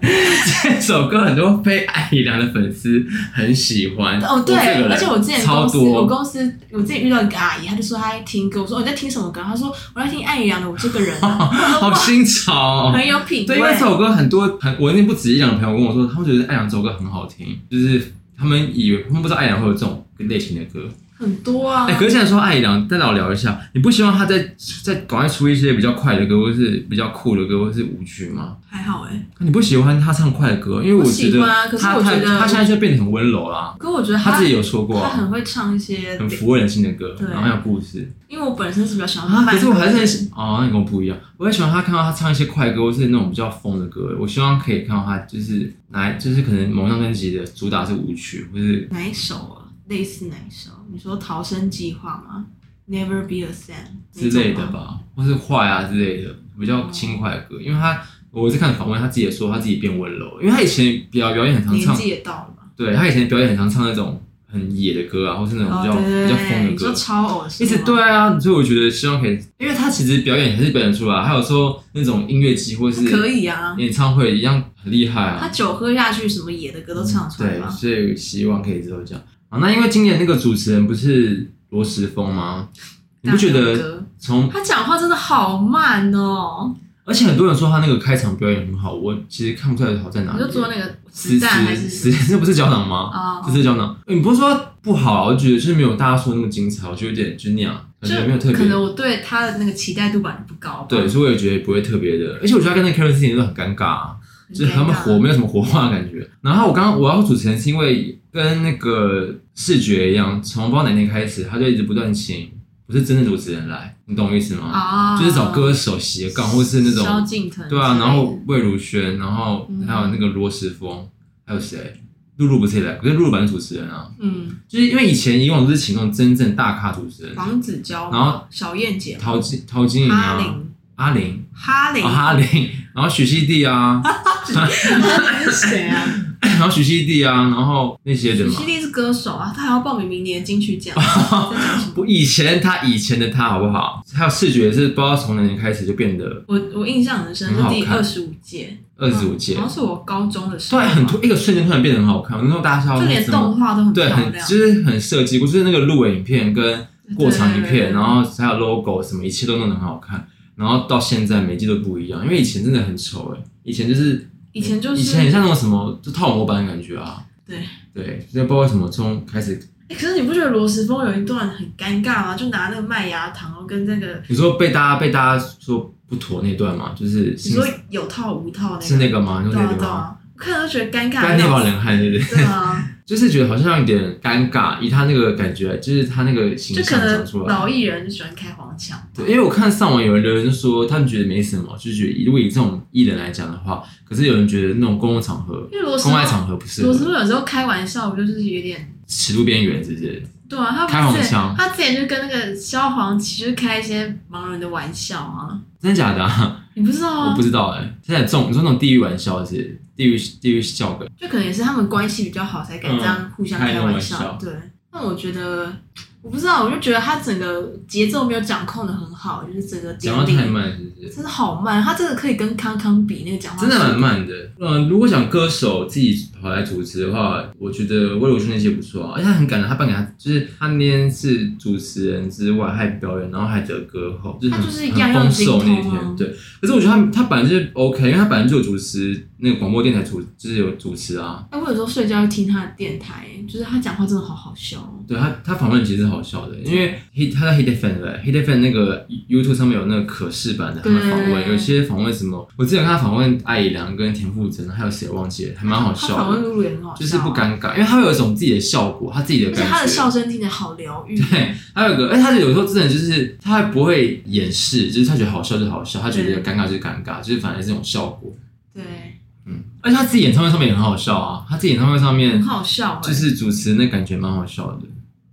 A: 这首歌很多非爱怡良的粉丝很喜欢。
B: 哦，对
A: 我这个，人
B: 而且我之前
A: 超
B: 公司，我
A: 多，
B: 公司我之前遇到一个阿姨，她就说她在听歌，我说我哦在听什么歌，她说我在听艾怡良的《我这个人、 啊
A: 好新潮、 哦。
B: 很有品
A: 对，因为
B: 味
A: 这。首歌很多很，我那天不止一两个朋友跟我说，他们觉得艾扬这首歌很好听，就是他们以为他们不知道艾扬会有这种类型的歌。
B: 很多啊
A: 哎、，可是现在说艾怡良，再老聊一下，你不希望他再再赶快出一些比较快的歌，或是比较酷的歌，或是舞曲吗？
B: 还好哎、
A: 你不喜欢他唱快歌，因为我觉
B: 我喜
A: 得
B: 欢啊可是
A: 他
B: 我
A: 他
B: 觉得
A: 他现在就变得很温柔啦。
B: 可我觉得
A: 他
B: 她
A: 自己有说过
B: 她
A: 啊，
B: 很会唱一些，
A: 很抚慰人心的歌，
B: 对
A: 然后很有故事
B: 因为我本身是比较喜欢
A: 啊。
B: 慢歌。
A: 可是我还是很喜哦，那你跟我不一样，我很喜欢他看到他唱一些快歌，或是那种比较疯的歌。我希望可以看到他就是来，就是可能某张专辑的主打是舞曲，或是
B: 哪一首啊？类似哪一首？你说《逃生计划》吗？Never be a Sam
A: 之类
B: 那
A: 的
B: 种吗？哦
A: 吧，或是坏啊之类的比较轻快的歌。因为他我是看访问，他自己也说他自己变温柔，因为他以前表表演很常
B: 年
A: 唱
B: 纪也到了嘛。
A: 对他以前表演很常唱那种很野的歌啊，或是那种比较、
B: 对哦对
A: 比较
B: 对，
A: 疯的
B: 你说
A: 歌，
B: 超哦偶是
A: 一直
B: 吗
A: 对啊，所以我觉得希望可以，因为他其实表演还是表演出来，还有说那种音乐季或是
B: 可以啊，
A: 演唱会一样很厉害
B: 他
A: 啊，
B: 酒喝下去，什么野的歌都唱出来
A: 对，
B: 嘛。
A: 所以希望可以之后这样啊。那因为今年那个主持人不是罗时丰吗？你不觉
B: 大哥
A: 得
B: 哥
A: 从？
B: 他讲话真的好慢哦？
A: 而且很多人说他那个开场表演很好，我其实看不出来好在哪
B: 你
A: 里
B: 就。做那个
A: 实
B: 实战还
A: 实
B: 是
A: 实
B: 什么
A: 这不是胶囊吗？
B: 啊
A: 这？是胶囊。你嗯不是说不好啊，我觉得就是没有大家说那么精彩，我就有点就那样，感觉没有特
B: 可
A: 别。
B: 能我对他的那个期待度本来就不高吧，
A: 对，所以我也觉得不会特别的，而且我觉得他跟那 Karen 之前都很尴尬、啊，
B: 很
A: 就是他们
B: 尴尬
A: 火没有什么火花的感觉。然后我刚刚我要主持人是因为跟那个视觉一样，从不知道哪天开始，他就一直不断请不是真的主持人来，你懂我意思吗？
B: 啊，
A: 就是找歌手斜杠或是那
B: 萧
A: 种
B: 敬腾
A: 对啊，
B: 之类的
A: 然后魏如萱，然后
B: 嗯
A: 还有那个罗时丰，还有谁？露露不是也来？可是露露版主持人啊。
B: 嗯，
A: 就是因为以前以往都是请那种真正大咖主持人，
B: 黄子佼，
A: 然后
B: 小燕姐嘛，
A: 陶晶陶晶莹
B: 哈
A: 啊，
B: 林，
A: 阿玲哦
B: 哈林，
A: 啊，阿玲，然后许熙娣啊，
B: 哈林是谁啊？
A: 然后徐熙娣啊，然后那些的
B: 许
A: 嘛
B: 熙。娣是歌手啊，她还要报名明年金 曲奖，在讲什么？
A: 不，以前他以前的他好不好？还有视觉也是不知道从哪年开始就变得
B: 我我印象很深，
A: 很
B: 是
A: 好
B: 第
A: 看
B: 二十五届，
A: 二十五届
B: 好，像是我高中的时
A: 突
B: 候吧，
A: 然很突一个瞬间突然变得很好看。我那时候大家
B: 就
A: 笑
B: 连
A: 什么？
B: 动画都很漂
A: 对，
B: 亮
A: 很，就是很设计过，就是那个入围影片跟过场影
B: 对对对
A: 片，然后还有 logo 什么，一切都弄得很好看。然后到现在每季都不一样，因为以前真的很丑哎、以前就是
B: 以前就是
A: 以前很像那种什么就套模板的感觉啊。
B: 对
A: 对，就不知道为什么从开始
B: 欸可是你不觉得罗时丰有一段很尴尬吗？就拿那个麦芽糖，然后跟那个
A: 你说被大家被大家说不妥那段嘛，就是
B: 你说有套无套那个，
A: 是那个吗？就
B: 对
A: 那
B: 啊
A: 个
B: 对
A: 吗？
B: 啊，我看都觉得尴尬。
A: 干那帮人汗对不对？
B: 对啊，
A: 就是觉得好像有点尴尬，以他那个感觉，就是他那个形
B: 就可
A: 象讲
B: 能
A: 出来。
B: 老艺人就喜欢开黄腔。
A: 对，因为我看上网有人留言就说，他们觉得没什么，就觉得如果以这种艺人来讲的话，可是有人觉得那种公共场合
B: 因、为罗时
A: 公开
B: 丰，
A: 场合不适
B: 罗时
A: 合，
B: 丰有时候开玩笑，我就是有点。
A: 尺度边缘，是不是？
B: 对啊，他
A: 开
B: 不
A: 黄
B: 是
A: 腔
B: 他之前就跟那个萧煌奇就开一些盲人的玩笑啊，
A: 真的假的、啊？
B: 你不知道
A: 我
B: 啊
A: 不？知道哎、现在这种你说那种地域玩笑是不是地域地域笑梗，
B: 就可能也是他们关系比较好，才敢这样互
A: 嗯
B: 相
A: 开
B: 开
A: 那
B: 玩
A: 玩
B: 笑。
A: 笑
B: 对，那我觉得，我不知道，我就觉得他整个节奏没有掌控的很好，就是整个
A: 讲话
B: 点
A: 太
B: 顶
A: 慢，是不是？
B: 真的好慢，他真的可以跟康康比那个讲话
A: 真的蛮慢的。嗯，如果讲歌手自己跑来主持的话，我觉得魏如萱那些不错啊，而且他很感人，他颁给他就是他那天是主持人之外，还表演，然后还得歌后，就是
B: 他
A: 很
B: 就是样
A: 很
B: 样
A: 丰
B: 精
A: 收那一
B: 通啊
A: 天。对，可是我觉得他他本来就是 OK，因为他本来就有主持那个广播电台主，就是有主持啊。
B: 哎，我有时候睡觉会听他的电台，就是他讲话真的好好笑哦。
A: 对他，他访问其实好笑的，因为 Hit 他在 Hit FM 对不对，Hit FM 那个 YouTube 上面有那个可视版的他们访问，
B: 对
A: 有些访问什么，我之前看他访问艾怡良跟田馥甄，还有谁忘记了，还蛮好笑的。
B: 他访问露露也很好笑啊，
A: 就是不尴尬，因为他会有一种自己的效果，他自己的
B: 而且
A: 感觉。
B: 他的笑声听着好疗愈。
A: 对，还有一个，哎，他有时候真的就是他还不会掩饰，就是他觉得好笑就好笑，他觉得尴尬就是尴尬，就是反正是这种效果。
B: 对，
A: 嗯，而且他自己演唱会上面也很好笑啊，他自己演唱会上面
B: 很好笑哎。
A: 就是主持那感觉蛮好笑的。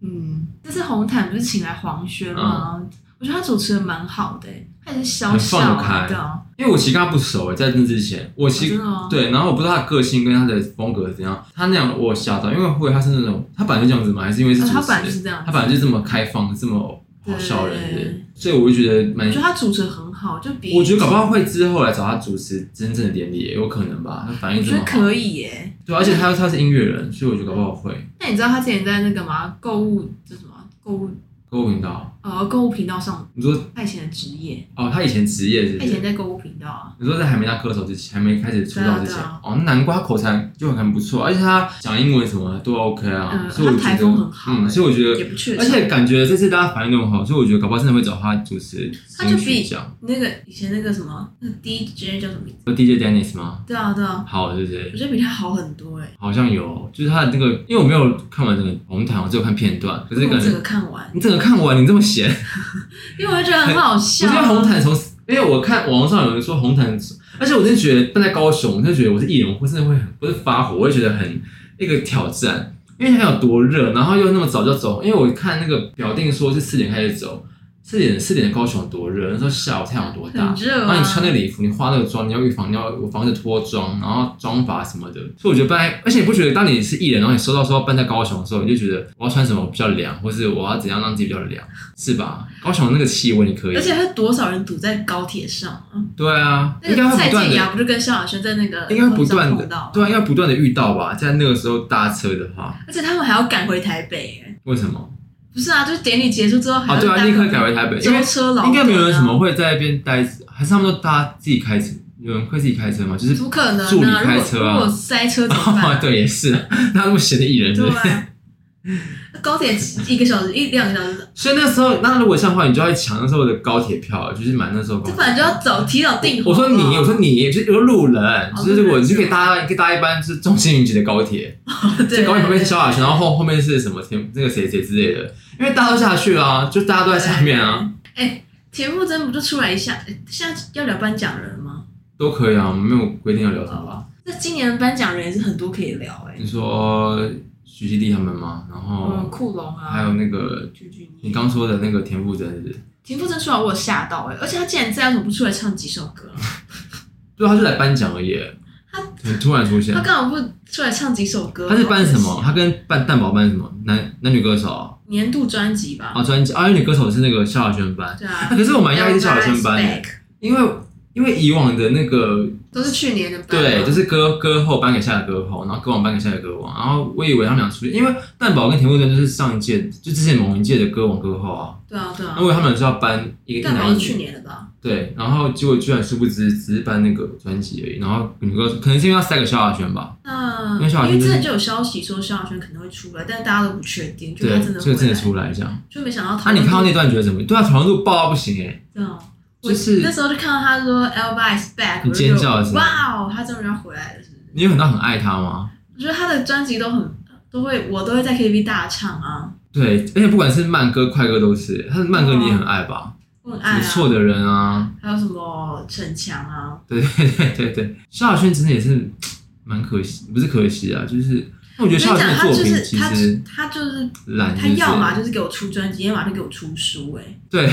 B: 嗯，这次红毯不是请来黄轩吗？我觉得他主持的蛮好的、欸，他也是小
A: 嗯
B: 小
A: 很放得开
B: 的哦，
A: 因为我其实跟他不熟诶，欸在那之前，我其实
B: 真的哦
A: 对，然后我不知道他的个性跟他的风格是怎样，他那样我吓到，因为会他是那种他本来就这样子嘛，还是因为是主
B: 呃
A: 持
B: 他
A: 人，
B: 本来就是这样子
A: 他本来就这么开放，这么好笑的人，
B: 对
A: 对所以我就觉得蛮
B: 我觉得他主持的很好，就比
A: 我觉得搞不好会之后来找他主持真正的典礼，也有可能吧。他反应
B: 我
A: 这
B: 觉
A: 么
B: 得
A: 好，
B: 可以耶、
A: 对，而且他他是音乐人，所以我觉得搞不好会。
B: 那你知道他之前在那个嘛购物这什么购物
A: 购物频道，
B: 呃购物频道上，
A: 你说
B: 他以前的职业，
A: 哦，他以前职业是
B: 他
A: 不
B: 以前
A: 是？
B: 在购物频道啊，
A: 你说在还没当歌手之前，还没开始出道之
B: 对啊对
A: 前，
B: 啊
A: 哦，那难怪他口才就很不错，而且他讲英文什么的都 OK 啊，
B: 嗯
A: 所以我
B: 他
A: 觉
B: 台
A: 得，
B: 风很好哎
A: 嗯，所以我觉
B: 也
A: 得，
B: 不确
A: 而
B: 定。
A: 且感觉这次大家反应都很好，所以我觉得搞不好真的会找他主持
B: 他就
A: 金
B: 比
A: 曲奖。
B: 那个以前那个什么，那个 DJ 叫什么名字？
A: 说 DJ Dennis 吗？
B: 对啊对啊，
A: 好，对不对
B: 我？觉得比他好很多哎、
A: 好像有，就是他的那个，因为我没有看完整个红毯，我只有看片段，可是
B: 我
A: 感觉
B: 整个看完，
A: 你整个看完，你这么闲？
B: 因为我就觉得很好
A: 我
B: 笑
A: 觉
B: 啊。
A: 得红毯从，因为我看网络上有人说红毯，而且我真的觉得站在高雄，我真的觉得我是艺人，我真的会很不是发火，我会觉得很一个挑战，因为它有多热，然后又那么早就走，因为我看那个表定说是四点开始走，四点四点的高雄有多热，那时候下午太阳有多大
B: 很。热
A: 然
B: 啊，
A: 后你穿那个礼服，你化那个妆，你要预防，你要防着脱妆，然后妆法什么的。所以我觉得办在，而且你不觉得当你是艺人，然后你收到说要办在高雄的时候，你就觉得我要穿什么比较凉，或是我要怎样让自己比较凉，是吧？高雄那个气温你可以，
B: 而且还有多少人堵在高铁上？嗯
A: 对啊，
B: 那
A: 应该
B: 个
A: 会
B: 蔡
A: 不断
B: 健
A: 的，
B: 雅不就跟萧亚轩在那个
A: 应该不断
B: 碰到
A: 的，对啊，应该不断的遇到吧。在那个时候搭车的话，
B: 而且他们还要赶回台北、哎
A: 为什么？
B: 不是啊，就是典礼结束之后还
A: 啊，
B: 要
A: 对啊，
B: 搭
A: 立刻改回台北，因为
B: 舟车劳顿啊
A: 应该没有人什么会在那边待，还是他们都搭自己开车，有人会自己开车吗？就是
B: 怎么可能
A: 助理
B: 啊？
A: 开车
B: 如果如果
A: 啊。？
B: 塞车怎么办、啊
A: 对，也是，那那么闲的艺人是不
B: 对
A: 是，
B: 啊，高铁一个小时一两个小时，
A: 所以那时候，那如果像的话，你就要抢那时候的高铁票，就是买那时候高
B: 这
A: 铁
B: 本来就要早提早订好
A: 我说你，我说你，就是一个路人，
B: 啊哦
A: 就是我，你就可
B: 路
A: 以
B: 人
A: 搭，可以搭一班是中心云集的高铁，
B: 对，
A: 高铁旁边是萧亚轩，然后后后面是什么田那个谁谁之类的，因为大家都下去了、啊，就大家都在下面啊，
B: 哎、田馥甄不就出来一下？哎现在要聊颁奖人了吗？
A: 都可以啊，我们没有规定要聊什么吧。
B: 那今年的颁奖人也是很多可以聊哎、
A: 你说徐熙娣他们吗？然
B: 嗯，
A: 后
B: 库龙啊，
A: 哦还有那个
B: 具俊晔
A: 你刚说的那个田馥甄是不是，
B: 田馥甄出来，我有吓到哎、而且他竟然这样，怎么不出来唱几首歌啊？
A: 对，他就来颁奖而已，
B: 他
A: 很突然出现
B: 他。刚好不出来唱几首歌？
A: 他是办什么
B: 好？可惜
A: 他跟办蛋宝办什么？男男女歌手啊，
B: 年度专辑吧？
A: 啊专辑啊，女歌手是那个萧亚轩班。
B: 对
A: 啊
B: 啊，
A: 可是我蛮压抑是萧亚轩班
B: Elvis
A: 的，
B: Beck
A: 因为因为以往的那个
B: 都是去年的班。
A: 对，就是歌歌后颁给下一个歌后，然后歌王颁给下一个歌王，然后我以为他们俩出去，因为蛋宝跟田馥甄就是上一届，就之前某一届的歌王歌后啊，
B: 对啊对啊
A: 那。我以为他们是要颁一个一
B: 但
A: 男
B: 好
A: 一
B: 像是去
A: 女，
B: 年的吧？
A: 对，然后结果居然殊不知只是颁那个专辑而已，然后女歌可能是因为要塞给萧亚轩吧，
B: 那
A: 因为萧亚轩
B: 因为
A: 就是
B: 之前就有消息说萧亚轩可能会出来，但大家都不确定，就
A: 对
B: 他真，的
A: 就
B: 会
A: 真的
B: 来，
A: 出来这样，
B: 就没想到
A: 那、
B: 他。
A: 你看到那段觉得怎么？对啊，讨论度爆到不行哎、
B: 对啊，我
A: 就是
B: 那时候就看到他说 Elvis back，
A: 你
B: 我就觉得
A: 尖叫的时候
B: 哇哦，他终于要回来了，是不是？
A: 你有很到很爱他吗？
B: 我觉得他的专辑都很都会，我都会在 KTV 大唱啊，
A: 对，而且不管是慢歌快歌都是，欸他的慢歌你也很爱吧？
B: 我很爱
A: 你
B: 啊。
A: 错的人啊，
B: 还有什么逞强啊？
A: 对对对对对，萧亚轩真的也是蛮可惜，不是可惜啊，就是那我觉得
B: 我跟
A: 萧
B: 你
A: 亚轩
B: 讲，
A: 的
B: 他就
A: 作品
B: 是
A: 其
B: 他
A: 实
B: 他就是
A: 懒，
B: 他
A: 嗯就是
B: 要么就是给我出专辑，要么就给我出书、哎，
A: 对。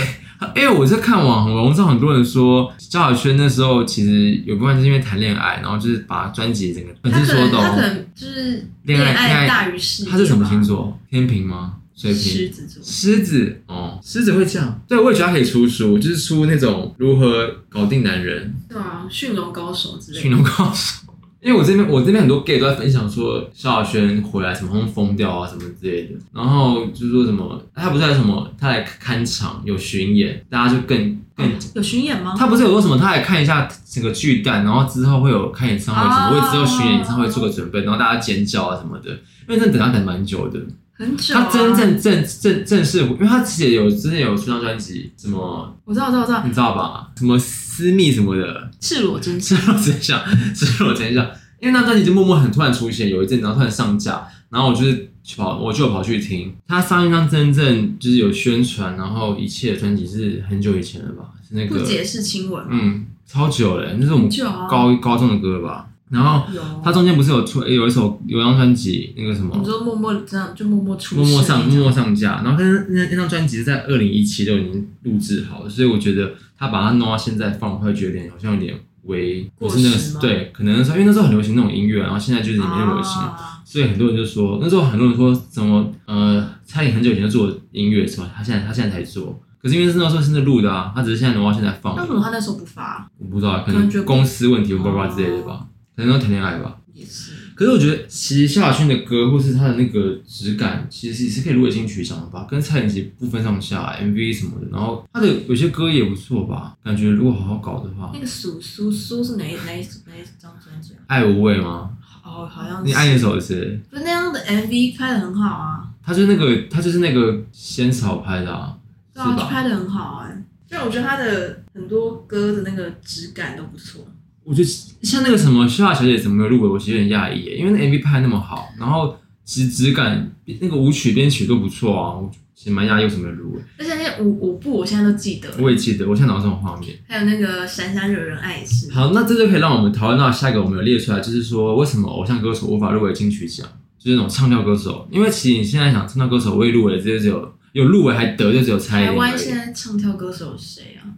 A: 因为我在看网红，网上很多人说萧亚轩那时候其实有部分是因为谈恋爱，然后就是把专辑整个粉
B: 他
A: 丝嗯
B: 可
A: 说
B: 能
A: 懂。
B: 他可能就是
A: 恋爱
B: 爱大于事业吧。
A: 他是什么星座？天平吗？水
B: 狮
A: 瓶？
B: 子座。
A: 狮子哦，狮子会这样。对，我也觉得他可以出书，就是出那种如何搞定男人，
B: 对啊，驯龙高手之类
A: 驯
B: 的。
A: 龙高手。因为我这边我这边很多 gay 都在分享说萧亚轩回来什么轰疯掉啊什么之类的，然后就说什么他不是还有什么他来看场有巡演，大家就更更。
B: 有巡演吗？
A: 他不是有说什么？他来看一下整个巨蛋，然后之后会有看演唱会什么，为之后巡演演唱会做个准备，然后大家尖叫啊什么的。因为真的等他等蛮久的，
B: 很久、啊。
A: 他真正正正正式，因为他之前有之前有出张专辑，什么
B: 我知道，我知道，我知道
A: 你，知道吧？什么私密什么的，
B: 赤裸真
A: 赤
B: 相。
A: 裸真相， 赤裸真相。因为那专辑就默默很突然出现，有一阵，然后突然上架，然后我就是去跑，我就有跑去听。他上一张真正就是有宣传，然后一切的专辑是很久以前了吧？是那
B: 不
A: 个
B: 解释亲吻吗？
A: 嗯，超久了，那是我们
B: 很久啊
A: 高高中的歌吧。然后
B: 有。
A: 嗯他中间不是有出有一首有一张专辑，那个什么
B: 你说默默这样就默默出
A: 默默
B: 世
A: 上
B: 那种
A: 默默上架，然后但是那那张专辑是在二零一七就已经录制好了，所以我觉得他把它弄到现在放，会觉得有点好像有点为不
B: 过
A: 是那
B: 时
A: 个
B: 吗
A: 对，可能那时候因为那时候很流行那种音乐，然后现在就是也没那么流行，
B: 啊
A: 所以很多人就说那时候很多人说怎么呃，蔡依林很久以前就做音乐什么，他现在他现在才做，可是因为是那时候是在录的啊，他只是现在挪到现在放，
B: 那为什么他那时候不发？
A: 我不知道可
B: 可能觉得
A: 能
B: 不哦
A: 公司问题我不知道之类的吧，可能要谈恋爱吧。
B: 也是，
A: 可是我觉得，其实萧亚轩的歌或是他的那个质感，其实也是可以入围金曲奖的吧，跟蔡依林其实不分上下，MV 什么的。然后他的有些歌也不错吧，感觉如果好好搞的话
B: 那，个苏苏苏是哪一哪一哪一张专辑啊？
A: 爱无畏吗？
B: 哦，好像
A: 你
B: 是。
A: 爱那首是？
B: 不是那样的 MV 拍的很好啊，
A: 他就是那个，他就是那个仙草拍的、啊，
B: 对啊，
A: 是
B: 就
A: 吧
B: 拍的很好哎、就我觉得他的很多歌的那个质感都不错。
A: 我觉得像那个什么萧亚小姐怎么没有入围，我其实有点讶异耶，因为那 MV 拍得那么好，然后其实质感那个舞曲编曲都不错啊，我其实蛮讶异为什么没有入围。
B: 而且那些舞舞步我现在都记得，
A: 我也记得，我现在脑中有画面。
B: 还有那个闪闪惹人爱也是。
A: 好，那这就可以让我们讨论到下一个，我们有列出来，就是说为什么偶像歌手无法入围金曲奖，就是那种唱跳歌手。因为其实你现在想唱跳歌手未入围的，就只有有入围还得就只有蔡依
B: 台
A: 林而
B: 湾
A: 已
B: 现。在唱跳歌手有谁啊？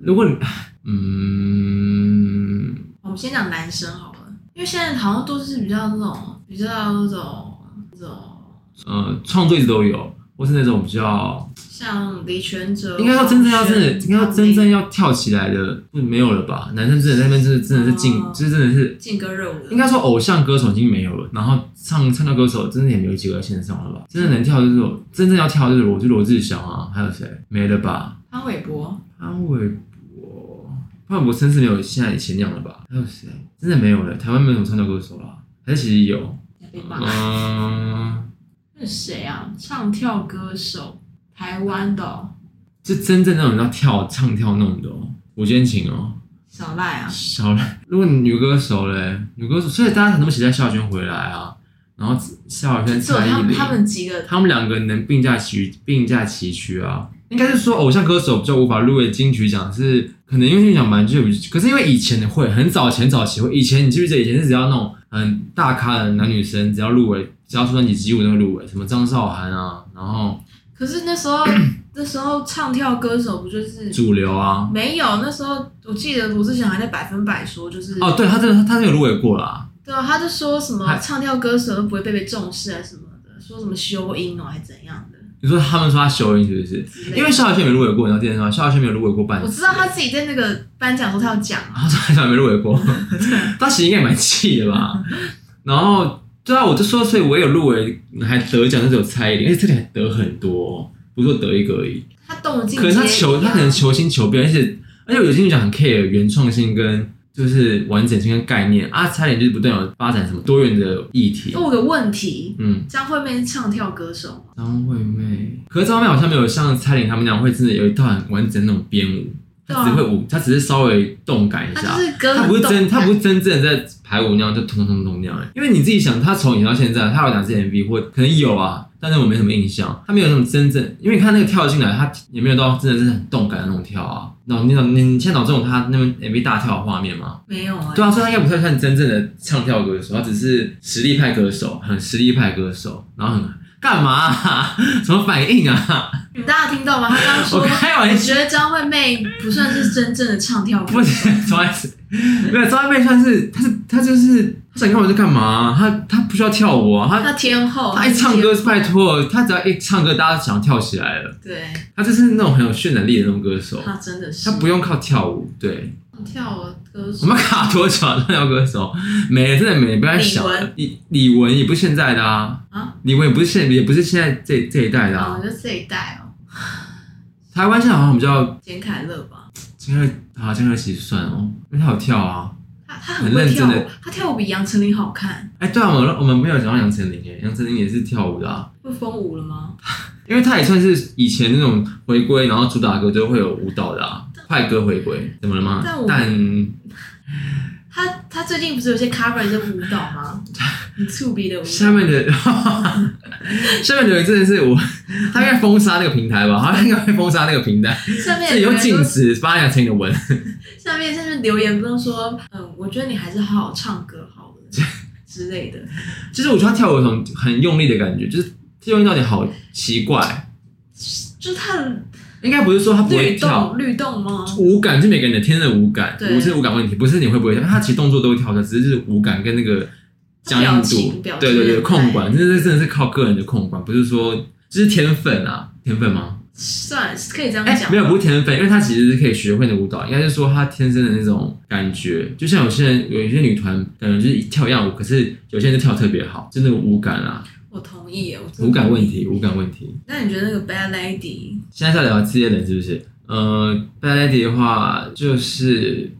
A: 如果你嗯，
B: 我们先讲男生好了，因为现在好像都是比较那种比较那种那种
A: 呃，创作一直都有，或是那种比较
B: 像李全哲，
A: 应该说真正要真的
B: 黄轩
A: 应该说真
B: 黄
A: 正
B: 磊
A: 要跳起来的，不没有了吧？男生真的在那边真的真的是进，
B: 哦
A: 就是真的是。
B: 劲歌热舞的，
A: 应该说，偶像歌手已经没有了，然后唱唱跳歌手真的也没有几个在线上了吧？真的能跳就是我真正要跳就是我就罗志祥啊，还有谁没了吧？
B: 潘玮柏，
A: 潘玮柏，潘玮柏真是没有现在以前那样了吧？还有谁真的没有了？台湾没有什么唱跳歌手啦，还是其实有？
B: 被骂。
A: 嗯，
B: 那谁啊？唱跳歌手，台湾的哦、
A: 就真正那种要跳唱跳那种的、哦，吴坚情哦，
B: 小赖啊，
A: 小了。如果女歌手嘞，女歌手，所以大家很多期待萧亚轩回来啊，然后萧亚轩、
B: 只有
A: 蔡
B: 他
A: 依
B: 们
A: 林，啊
B: 他们几个，
A: 他们两个能并驾齐并驾齐驱啊。应该是说偶像歌手比较无法入围金曲奖，是可能因为金曲奖蛮就，可是因为以前的会很早前早期会，以前你记不记得以前是只要那种很大咖的男女生，只要入围，只要出专辑几乎都会入围，什么张韶涵啊，然后
B: 可是那时候那时候唱跳歌手不就是
A: 主流啊。
B: 没有？那时候我记得罗志祥还在百分百说，就是
A: 哦，对他真的他他真的有入围过啦，
B: 对啊，他就说什么
A: 还
B: 唱跳歌手都不会被被重视啊什么的，说什么修音哦，还怎样的
A: 你说他们说他修音是不是？
B: 之类的。
A: 因为萧亚轩没入围过，你知道这件事吗？萧亚轩没有入围过半次，
B: 我知道他自己在那个颁奖的时候他有讲啊，
A: 他说他想没入围过， 他其实应该也蛮气的吧。然后对啊，我就说，所以我也有入围，还得奖，但是有差一点，而哎且这里还得很多哦，不是说得一个而已。
B: 他动静
A: 可是他
B: 皆
A: 求
B: 宜
A: 他
B: 啊
A: 可能求新求变，而且而且我有金曲奖很 care 原创性跟就是完整性跟概念啊，差点就是不断有发展什么多元的议题
B: 那。我有个问题，
A: 嗯，
B: 张惠妹是唱跳歌手啊吗？
A: 张惠妹，可是张惠妹好像没有像蔡琳他们那样会真的有一套很完整的那种编舞，她只
B: 对啊
A: 会舞，她只是稍微动感一
B: 她
A: 下，
B: 就是歌
A: 啊他
B: 很
A: 不是真，
B: 动感
A: 他不是真正在排舞那样就咚咚咚那样、欸，因为你自己想，他从演到现在，他有哪支 MV 或可能有啊，但是我没什么印象，他没有那种真正，因为你看那个跳进来，他也没有到真的是很动感的那种跳啊。脑你脑你你现在脑中有他那边 MV 大跳的画面吗？
B: 没有啊、
A: 对啊，所以他应该不太算真正的唱跳歌手，他只是实力派歌手，很实力派歌手，然后很干嘛、啊？什么反应啊？
B: 你大家听到吗？他刚刚说，
A: 我开玩
B: 我
A: 笑
B: 觉。得张惠妹不算是真正的唱跳歌
A: 不
B: 手，
A: 是张爱没有张惠妹算是，她是她就是她想干嘛就干嘛、她她不需要跳舞啊，她
B: 她天后，
A: 她
B: 是
A: 一唱歌
B: 天后
A: 拜，托，她只要一唱歌，大家想跳起来了。
B: 对，
A: 她就是那种很有渲染力的那种歌手，
B: 她真的是
A: 她不用靠跳舞。对，
B: 跳舞歌
A: 我
B: 手
A: 们。卡多久啊唱跳歌手？没了，真的没了，不要再想了。李李玟也不是现在的啊，
B: 啊
A: 李玟也不是现也不是现在这这一代的啊。，
B: 哦就这一代哦，
A: 台湾现在好像比较
B: 简凯乐吧，
A: 金二啊金二喜算哦，因为她有跳啊。
B: 他他很
A: 很
B: 会
A: 认真
B: 跳舞
A: 的，
B: 他跳舞比杨丞琳好看。
A: 哎、对啊，我们我们没有讲到杨丞琳诶，杨丞琳也是跳舞的啊。
B: 会风舞了吗？
A: 因为他也算是以前那种回归，然后主打歌都会有舞蹈的、啊，快歌回归，怎么了吗
B: 但我？
A: 但
B: 他他最近不是有些 cover 一些舞蹈 吗？很触鼻的舞蹈。
A: 下面的下面留言真的是我，他应该封杀那个平台吧？他应该会封杀那个平台，
B: 下面
A: 自己
B: 留
A: 用
B: 言
A: 禁
B: 说
A: 止发杨丞琳的文。
B: 下面下面留言都说，嗯，我觉得你还是好好唱歌 好了之类的。
A: 其实我觉得他跳舞有种很用力的感觉，就是用力到底好奇怪。
B: 就是他的
A: 应该不是说他不会
B: 律
A: 跳，
B: 动律动吗？
A: 舞感是每个人的天生的舞感，
B: 对
A: 不是舞感问题，不是你会不会跳，他其实动作都会跳的，只是就是舞感跟那个僵硬
B: 表情
A: 度
B: 表，情哎
A: 对对对，
B: 对
A: 控管，这这真的是靠个人的控管，不是说这、就是天分啊，天分吗？
B: 算是可以这样
A: 哎、
B: 讲。
A: 没有，不是天分，因为他其实是可以学会的舞蹈，应该是说他天生的那种感觉，就像有些人有一些女团，感觉就是跳一样舞，可是有些人就跳特别好，就那个舞感啊，
B: 我同意耶，我真的
A: 舞感
B: 同
A: 问
B: 意。
A: 题，舞感问题。
B: 那你觉得那个 Bad Lady
A: 现在在聊这些人是不是？呃，Bad Lady 的话就是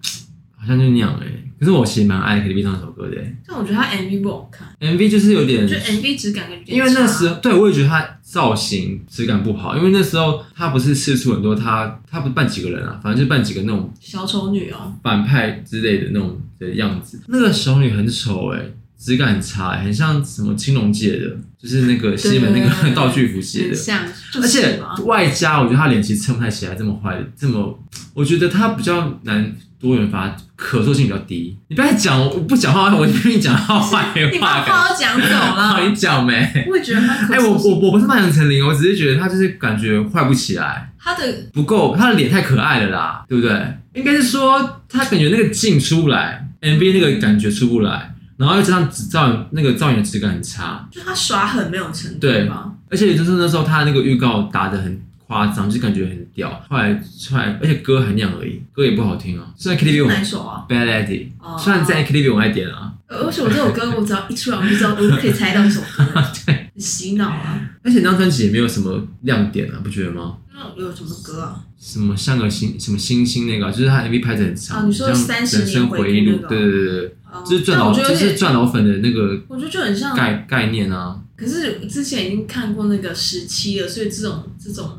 A: 好像就那样哎、可是我其实蛮爱 KTV 唱这首歌的、欸、
B: 但我觉得他 MV 不好看，
A: ，MV 就是有点
B: 我觉，得 MV 质感感觉
A: 嗯因为那时
B: 候
A: 候对我也觉得他造型质感不好，因为那时候他不是试出很多他他不是扮几个人啊，反正就扮几个那种
B: 小丑女哦，
A: 反派之类的那种的样子。那个熟女很丑哎、质感很差、欸，很像什么青龙界的，就是那个西门那
B: 对
A: 个 道具服写
B: 很
A: 的，
B: 像，就
A: 而
B: 是
A: 且
B: 嘛
A: 外加，我觉得他脸其实撑不太起来，这么坏的，这么，我觉得他比较难多元发，可塑性比较低。你不要讲，我不讲话，我就跟你讲他坏
B: 你
A: 话
B: 把我
A: 感
B: 话都讲 走
A: 觉。
B: 了，
A: 你讲没？哎、
B: 我也觉得他可
A: 我我我不是骂杨丞琳，我只是觉得他就是感觉坏不起来，
B: 他的
A: 不够，他的脸太可爱了啦，对不对？应该是说他感觉那个劲出不来，MV 那个感觉出不来，然后又加上造那个造型的质感很差，
B: 就他耍狠没有成功
A: 对
B: 吧？
A: 而且就是那时候他那个预告打得很夸张，就是感觉很屌。后来出来，而且歌还那样而已，歌也不好听啊。虽然 KTV 我
B: 哪一首啊？
A: Bad Lady，
B: 哦
A: 虽然在 KTV 我爱点啊，
B: 而且我这首歌，我只要一出来，我就知道，我就可以猜到一首歌， 很洗脑啊。
A: 而且那张专辑也没有什么亮点啊，不觉得吗？
B: 那有什么歌啊？
A: 什么像个星什么星星那个啊，就是他 MV 拍的很长，
B: 哦你说
A: 像
B: 30
A: 人生回忆录
B: 年回顾，那个
A: 对对对对，
B: 哦
A: 就是赚
B: 但
A: 老
B: 我觉得嗯
A: 就
B: 有
A: 是
B: 点，
A: 赚老粉的那个
B: 我觉得就很像。
A: 概概念啊。
B: 可是之前已经看过那个时期了，所以这种这种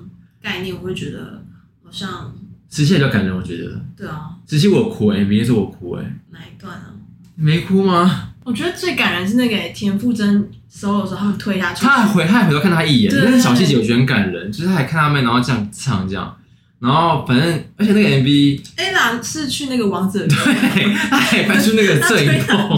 B: 概念，我会觉得好像
A: 实现比较感人，我觉得。
B: 对啊，
A: 实际我有哭、MV 那时候我哭哎、
B: 哪一段啊？
A: 你没哭吗？
B: 我觉得最感人是那个田馥甄 solo 的时候，他们推他出去
A: 他还回，他还回头看他一眼，
B: 对
A: 那个小细节我觉得很感人，就是他还看他妹，然后这样唱这样，然后反正，而且那个 MV，
B: 哎，哪是去那个哎 王者荣耀？
A: 对， 他还搬出那个 摄影棚，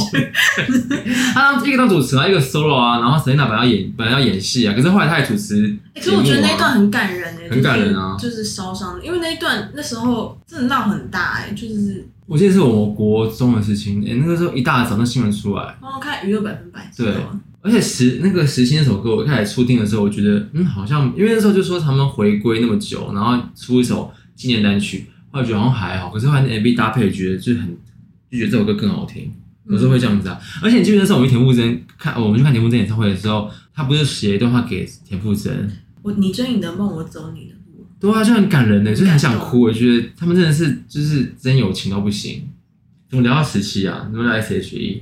A: 他当一个当主持啊，一个 solo 啊，然后 Selina 本来要演本来要演戏啊，可是后来他也主持
B: 欸可
A: 节
B: 是
A: 目啊。
B: 我觉得那一段很感人哎、
A: 很感人啊
B: 就是就是烧伤了，因为那一段那时候真的闹很大哎、就是
A: 我记得是我国中的事情，诶、那个时候一大早那新闻出来，
B: 刚刚看娱乐百分百，
A: 对
B: 知道吗
A: 而且时那个时期那首歌，我一开始初听的时候，我觉得嗯，好像因为那时候就说他们回归那么久，然后出一首纪念单曲，后来觉得好像还好，可是后来那 MV 搭配，觉得就很就觉得这首歌更好听，有时候会这样子啊。而且你记不记得那时候我们去田馥甄看，我们去看田馥甄演唱会的时候，他不是写一段话给田馥甄，
B: 我你追你的梦，我走你的路，
A: 对啊，就很感人的，就是很想哭。我觉得他们真的是就是真友情到不行。怎么聊到时期啊？怎么聊 SHE？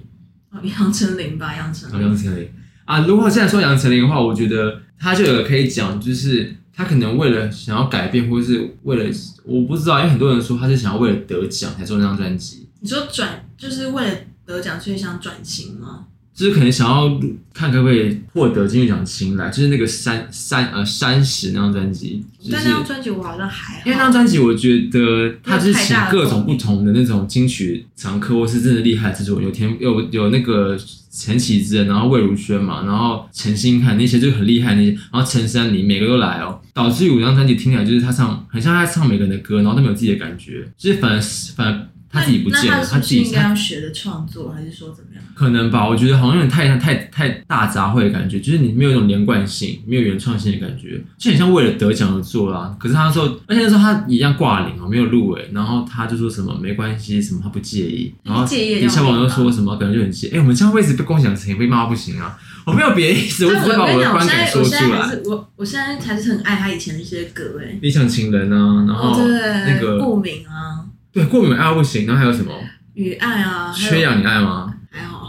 B: 哦，杨丞琳吧，杨丞
A: 然后
B: 琳
A: 哦杨，丞琳啊，如果现在说杨丞琳的话，我觉得他就有可以讲，就是他可能为了想要改变，或是为了我不知道，因为很多人说他是想要为了得奖才做那张专辑，
B: 你说转就是为了得奖，所以想转型吗？
A: 就是可能想要看可不可以获得金曲奖青睐，就是那个三三呃三十那张专辑，就
B: 但
A: 是
B: 那张专辑我好像还好，
A: 因为那张专辑，我觉得他是请各种不同的那种金曲常客，或是真的厉害的制作人，有田有有那个陈绮贞，然后魏如萱嘛，然后陈星汉那些就很厉害那些，然后陈珊妮每个都来哦，导致于我那张专辑听起来就是他唱很像他唱每个人的歌，然后都没有自己的感觉，就是反而反而他自己不
B: 那
A: 见
B: 那
A: 了，
B: 他
A: 他
B: 是不
A: 自
B: 是
A: 己
B: 应该要学着创作，还是说怎么样？
A: 可能吧，我觉得好像有点太太太大杂烩的感觉，就是你没有一种连贯性，没有原创性的感觉，就很像为了得奖而做啦。可是他说，而且那时候他一样挂零哦，没有入围，然后他就说什么没关系，什么他不介意，然后
B: 介意
A: 底下网友都说什么，感觉就很气。哎、我们这样位置被共享成被骂到不行啊！我没有别的意 思，我只
B: 但
A: 是把我
B: 我跟你
A: 的
B: 讲，
A: 观
B: 现
A: 感
B: 在
A: 说
B: 我现
A: 出
B: 在还
A: 来。
B: 是我我现在还是很爱他以前的一些歌哎、哦
A: 理想情人啊，然后
B: 对，
A: 那个
B: 顾敏啊，
A: 对过敏爱到不行，然后还有什么
B: 雨爱啊，还有
A: 缺氧你爱吗？
B: 还好，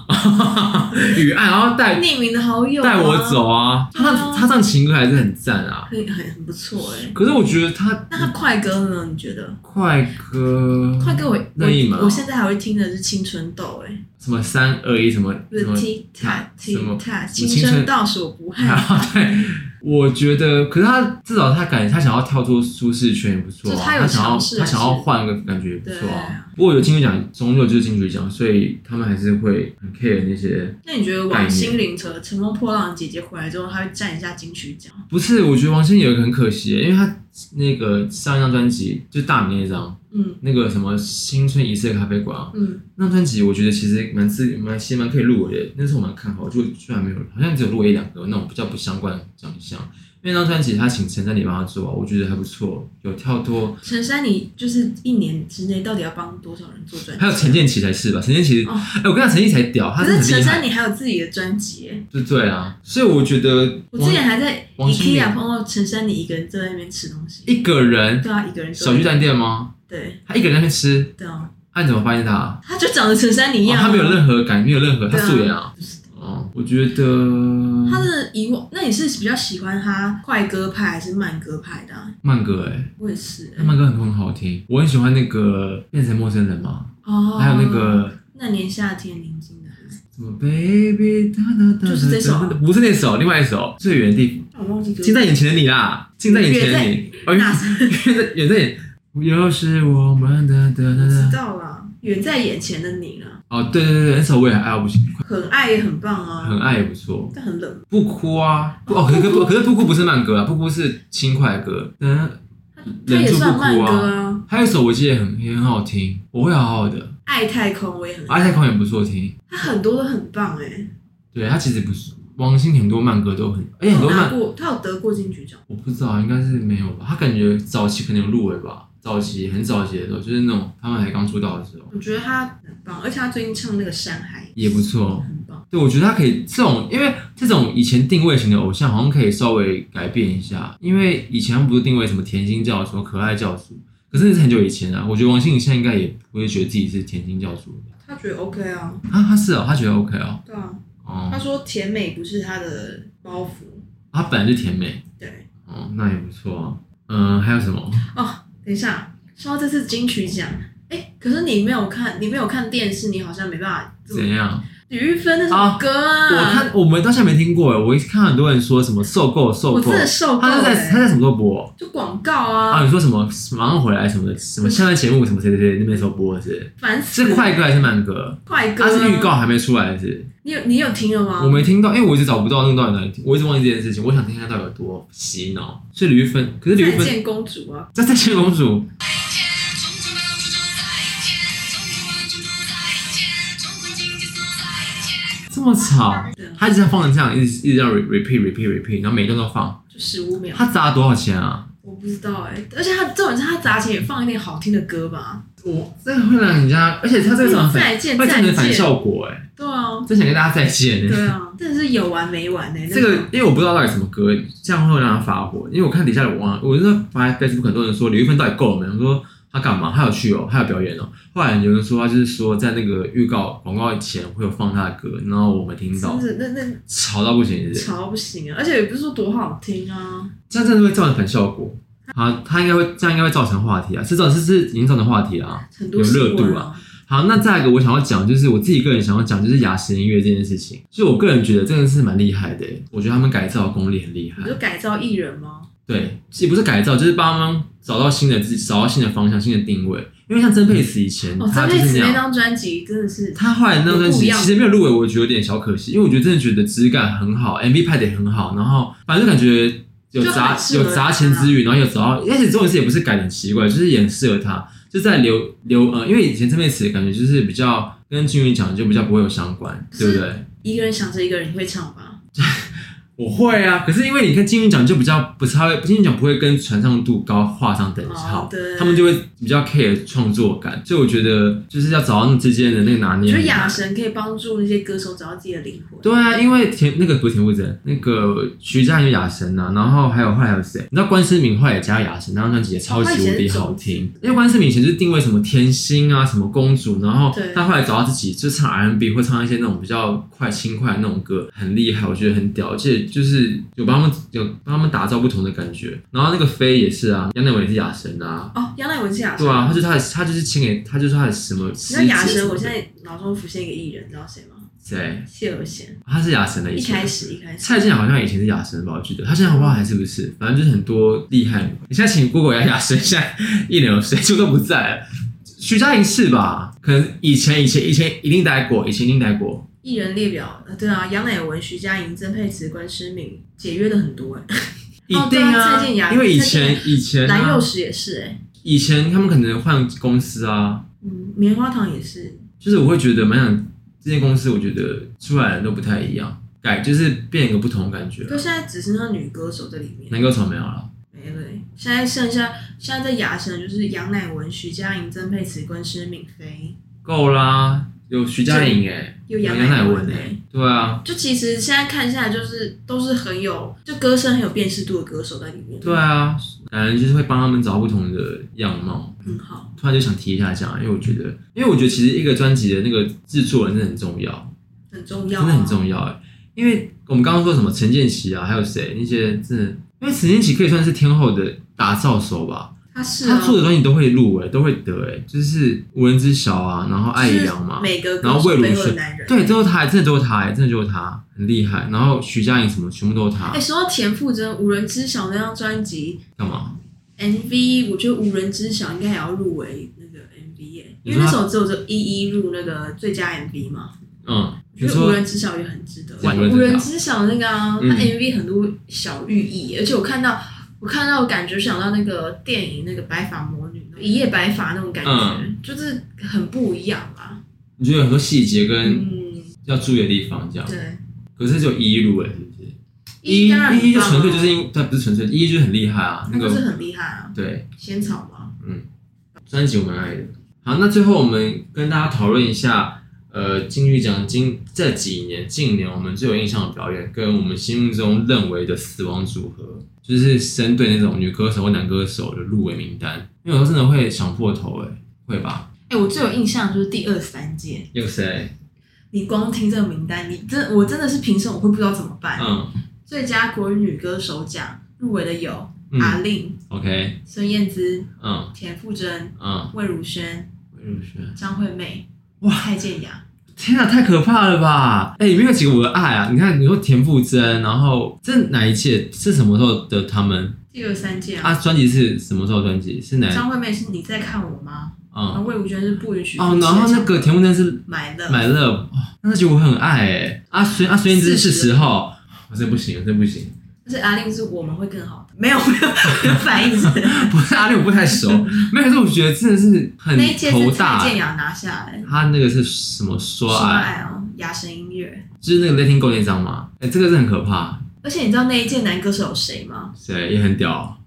A: 雨爱，然后带
B: 匿名的好友、啊、
A: 带我走啊！他唱他唱情歌还是很赞啊。
B: 很很很不错哎、
A: 可是我觉得他
B: 那他快歌呢？你觉得？
A: 快歌，
B: 快歌我
A: 任意门啊
B: 我我现在还会听的是《青春豆》哎，
A: 什么三二一什么
B: 不
A: 什
B: 是
A: 么
B: T Ta
A: 什
B: T
A: 么
B: Ta，
A: 什么
B: 青
A: 青春
B: 春倒数我不
A: 然
B: 害，
A: 后对，我觉得，可是他至少他感他想要跳出舒适圈也不错啊，
B: 就是
A: 他
B: 他有
A: 想要
B: 尝试
A: 他想要
B: 还是
A: 换个感觉也不
B: 对
A: 错啊。不过有金曲奖，终究就是金曲奖，所以他们还是会很 care 那些。
B: 那你觉得
A: 概念
B: 王心凌和乘风破浪的姐姐回来之后，她会占一下金曲奖？
A: 不是，我觉得王心凌有一个很可惜，因为他那个上一张专辑就大米那一张，
B: 嗯
A: 那个什么青春一色咖啡馆啊，
B: 嗯，
A: 那专辑我觉得其实蛮自蛮其实蛮可以入围的，那时候我蛮看好，就居然没有，好像只有入围一两个那种比较不相关的奖项。因为那张专辑他请陈珊妮帮他做啊，我觉得还不错，有跳脱，
B: 陈珊妮就是一年之内到底要帮多少人做专辑？
A: 还有陈建奇才是吧？陈建奇，哎、
B: 哦
A: 我跟他陈建奇才屌，他
B: 可
A: 真的
B: 是
A: 很
B: 陈
A: 厉
B: 珊
A: 害，
B: 妮还有自己的专辑哎。
A: 对对啊，所以我觉得
B: 我之前还在
A: 王心凌
B: IKEA 碰到陈珊妮一个人坐在那边吃东西，
A: 一个人
B: 对啊，一个人坐
A: 小巨蛋店吗？
B: 对
A: 他一个人在那边吃，
B: 对啊，
A: 他你怎么发现他、啊？
B: 他就长得陈珊妮
A: 哦
B: 一样啊、
A: 他没有任何感，没有任何，他
B: 对啊
A: 素颜啊。哦，我觉得
B: 他的以往，那你是比较喜欢他快歌派还是慢歌派的啊、
A: 慢歌哎、
B: 我也是、
A: 他慢歌很很好听，我很喜欢那个变成陌生人嘛，
B: 哦，
A: 还有那个
B: 那年夏天宁静的孩子，
A: 什么 baby 哒哒哒，
B: 就是这首啊
A: 不是那首，另外一首最远的地方，
B: 那我忘记歌
A: 近在眼前的你啦，近在眼前的你，哦，远
B: 那是
A: 在远在眼，又是我们的哒
B: 我
A: 哒
B: 知
A: 哒，
B: 道啦，远在眼前的你啦，
A: 哦，对对对，那首我也爱哦到不行，
B: 很爱也很棒啊，
A: 很爱也不错，
B: 但很冷，
A: 不哭啊，不哦，可是不可是不哭不是慢歌啊，不哭是轻快歌，嗯，
B: 他
A: 忍
B: 也
A: 住
B: 算
A: 不
B: 慢
A: 哭
B: 歌
A: 啊。
B: 啊。
A: 还有一首我记得也很也很好听，我会好好的，《
B: 爱太空我也很，
A: 爱太空》也不错听。
B: 他很多都很棒哎、欸，
A: 对他其实不是王心凌很多慢歌都很，而哎且很
B: 他有
A: 多
B: 拿
A: 慢
B: 过，他有得过金曲奖，
A: 我不知道，应该是没有吧。他感觉早期可能有入围吧，早期很早期的时候，就是那种他们还刚出道的时候
B: 我觉得他很棒，而且他最近唱那个《山海》
A: 也不错。
B: 很棒，
A: 对，我觉得他可以这种，因为这种以前定位型的偶像好像可以稍微改变一下，因为以前不是定位什么甜心教主、可爱教主，可是那是很久以前啊。我觉得王心凌现在应该也不会觉得自己是甜心教主吧
B: 他觉得 OK 啊，
A: 啊，他是哦，他觉得 OK 哦，
B: 对啊。他
A: 哦，
B: 说甜美不是他的包袱，
A: 他本来就甜美，
B: 对
A: 哦，那也不错啊。嗯，还有什么？
B: 哦。等一下，说到这次金曲奖，哎，可是你没有看，你没有看电视，你好像没办法这
A: 怎
B: 么，
A: 样？
B: 李玉芬那首歌啊，
A: 我看我们到现在没听过哎，我一看很多人说什么受够受
B: 我
A: 够
B: 真，的受够
A: 哦他是
B: 了、欸
A: 在他在什么时候播
B: 就广告啊，
A: 啊？你说什么马上回来什么的，什么下个节目什么谁谁谁那边时候播的是
B: 烦死了！
A: 是快歌还是慢歌？
B: 快歌、
A: 它是预告，还没出来是？
B: 你有你有听了吗？
A: 我没听到，因为我一直找不到那个到底哪里听，我一直忘记这件事情。我想听一下到底有多洗脑。所以李玉芬，可是李玉
B: 再
A: 芬
B: 见公主啊，
A: 在在线公主，这么吵，
B: 对
A: 她一直在放这样，一直一直这样 repeat repeat repeat，然后每一段都放。
B: 就十五秒，
A: 她砸了多少钱啊？
B: 我不知道哎、而且他这种是他砸钱也放一点好听的歌吧？
A: 我这个会让人家，而且她这个反
B: 再见
A: 会造
B: 再
A: 成
B: 见
A: 反效果哎，
B: 对啊，
A: 真想跟大家再见哎。
B: 对啊，真的是有完没完呢、那
A: 这个，因为我不知道到底什么歌，这样会让他发火。因为我看底下有网，我就在发 Facebook 很多人说李玉芬到底够了没？我说他干嘛？他有去哦，他有表演哦。后来有人说他就是说在那个预告广告以前会有放他的歌，然后我没听到
B: 真，是那那
A: 吵到不行是不是，
B: 吵不行啊，而且也不是说多好听啊，
A: 这样真的会造成反效果。好，他应该会这样应该会造成话题啊，是造是是已经造成话题了啊。
B: 很多
A: 有
B: 新
A: 热度
B: 闻
A: 啊。好，那再一个我想要讲，就是我自己个人想要讲，就是雅石音乐这件事情，就是我个人觉得真的是蛮厉害的耶，我觉得他们改造的功力很厉害
B: 你。就改造艺人吗？
A: 对，也不是改造，就是帮他们找到新的自己，找到新的方向、新的定位。因为像曾沛慈以前，
B: 哦，
A: 他
B: 张
A: 就
B: 佩
A: 是
B: 慈
A: 那
B: 那
A: 样。
B: 张专辑真的是，
A: 他后来那张专
B: 有不一
A: 辑
B: 样
A: 其实没有入围，我觉得有点小可惜，因为我觉得真的觉得质感很好，MV 拍的也很好，然后反正就感觉有
B: 就
A: 砸
B: 很适合
A: 有砸钱之余，然后有找到，而且这种事也不是改的很奇怪，就是也很适合他，就在留留呃，因为以前曾沛慈感觉就是比较跟金鱼奖就比较不会有相关，对不对？
B: 一个人想着一个人，你会唱吧？
A: 我会啊，可是因为你看金韵奖就比较不太会，金韵奖不会跟传唱度高画上等号，
B: 哦对
A: 他们就会比较 care 创作感，所以我觉得就是要找到那之间的那个拿
B: 我
A: 捏
B: 觉得
A: 很
B: 雅
A: 难。
B: 神可以帮助那些歌手找到自己的灵魂。
A: 嗯对啊，因为田那个不是田馥甄，那个徐佳莹有雅神呐、啊，然后还有后来还有谁？你知道关诗敏后来也加入雅神，那张专辑也超级无敌好听。因为关诗敏以前就是定位什么甜心啊，什么公主，然后
B: 对
A: 她后来找到自己就唱 R&B 或唱一些那种比较快轻快的那种歌，很厉害，我觉得很屌，而且就是有帮他们有帮他们打造不同的感觉。然后那个飞也是啊，杨乃文也是雅神啊，
B: 哦，杨乃文是雅神，
A: 对啊，他就是他的他就是亲给他就是他的什么
B: 你
A: 师
B: 知道
A: 姐
B: 雅
A: 什
B: 神，
A: 么
B: 我
A: 的
B: 现在脑中浮现一个艺人，你知道谁吗？
A: 谁？
B: 谢尔贤。
A: 他是雅神的
B: 一
A: 前
B: 开始一开始，
A: 蔡健雅好像以前是雅神吧，我记得，她现在我不知道还是不是，反正就是很多厉害女。你现在请 Google 一下雅神，现在一年有谁就都不在了。徐佳莹是吧？可能以前以前以前一定待过，以前一定待过。
B: 艺人列表，呃对啊，杨乃文、徐佳莹、曾沛慈、关诗敏解约的很多哎、
A: 一
B: 哦对
A: 定
B: 啊
A: 啊，
B: 蔡健雅
A: 因为以
B: 蔡健
A: 前以前、
B: 蓝
A: 啊
B: 又、时也是哎、
A: 以前他们可能换公司啊，
B: 嗯，棉花糖也是，
A: 就是我会觉得蛮想这些公司，我觉得出来的人都不太一样，改就是变一个不同的感觉啊。
B: 就现在只剩下女歌手在里面
A: 南歌草没有了，
B: 没了、欸，现在剩下现在在雅神就是杨乃文、徐佳莹、曾沛慈、关诗敏、飞，
A: 够啦，有徐佳莹哎、
B: 有
A: 有
B: 杨
A: 杨乃
B: 乃
A: 文哎、
B: 哎、
A: 对啊。
B: 就其实现在看下来，就是都是很有就歌声很有辨识度的歌手在里面，
A: 对，啊，感觉就是会帮他们找不同的样貌。
B: 很嗯好，
A: 突然就想提一下这样，因为我觉得，因为我觉得其实一个专辑的那个制作人真的很重要，
B: 很重要、
A: 真
B: 啊，
A: 的很重要哎。因为我们刚刚说什么陈建奇啊，还有谁那些真的，因为陈建奇可以算是天后的打造手吧，
B: 他是、啊、
A: 他做的专辑都会入围，都会得哎，就是无人知晓啊，然后爱
B: 就是
A: 一良嘛，
B: 每个
A: 然
B: 歌
A: 后魏
B: 手
A: 如
B: 背后的
A: 萱
B: 男人，
A: 对，最后他，真的最后他，欸真的最后他，很厉害。然后徐佳莹什么全部都是他
B: 哎、，说到田馥甄《无人知晓》那张专辑
A: 干嘛？
B: MV，我觉得《无人知晓》应该也要入围那个 MV 耶、
A: 你
B: 因
A: 说
B: 为那时候只有这一一入那个最佳 MV 嘛。
A: 嗯，
B: 我
A: 你
B: 觉得《无
A: 说
B: 人知晓》也很值得。
A: 对无
B: 无
A: 人
B: 人
A: 知
B: 知晓那个啊，
A: 嗯
B: 它 MV 很多小寓意耶、而且我看到我看到我感觉想到那个电影那个白发魔女一夜白发那种感觉，
A: 嗯
B: 就是很不一样啦。
A: 你觉得有很多细节跟
B: 嗯，
A: 要注意的地方，这样。
B: 对，
A: 可是只有一路哎，是不是？E
B: 一当然
A: 一一就
B: 很棒
A: 纯粹
B: 啊
A: 就是因，但不是纯粹，，E 一就是很厉害啊，那
B: 那
A: 个
B: 就是很厉害啊，
A: 对嗯
B: 仙草嘛，
A: 专辑我蛮爱的。好，那最后我们跟大家讨论一下，呃，金曲奖今这几年近年我们最有印象的表演，跟我们心目中认为的死亡组合，就是针对那种女歌手或男歌手的入围名单，因为有时候真的会想破头哎、会吧？
B: 哎、我最有印象的就是第二十三届。
A: 有谁？
B: 你光听这个名单，你真我真的是评审，我会不知道怎么办。
A: 嗯
B: 最佳国语女歌手奖入围的有、阿
A: 嗯
B: 令、
A: ，OK，
B: 孙燕姿、
A: 嗯
B: 田馥甄、
A: 嗯，
B: 魏如萱、
A: 魏如萱，
B: 张惠妹、
A: 哇
B: 蔡健雅。
A: 天啊，太可怕了吧！哎、里面有几个我的爱啊！你看，你说田馥甄，然后这哪一届？是什么时候的他们
B: 第二三届
A: 啊？
B: 啊，
A: 专辑是什么时候的专辑？是哪一？
B: 张惠妹是你在看我吗？然后
A: 嗯
B: 魏如萱是不允许
A: 哦，然后那个田馥甄是
B: 买的
A: 买了，哦，那觉我很爱哎、啊孙啊孙燕姿是
B: 40
A: 时候，我真不行，我真不行。
B: 但是阿令是我们会更好的，没有没有没 有反应是
A: 不是阿六我不太 熟，没有，可是我觉得真的是很
B: 那一届
A: 头
B: 是蔡
A: 大。
B: 健雅拿下来，
A: 他那个是什么说
B: 说
A: 爱？
B: 爱哦，雅神音乐。
A: 就是那个 Letting Go 那张嘛。哎、这个是很可怕，
B: 而且你知道那一届男歌手有谁吗？
A: 谁也很屌。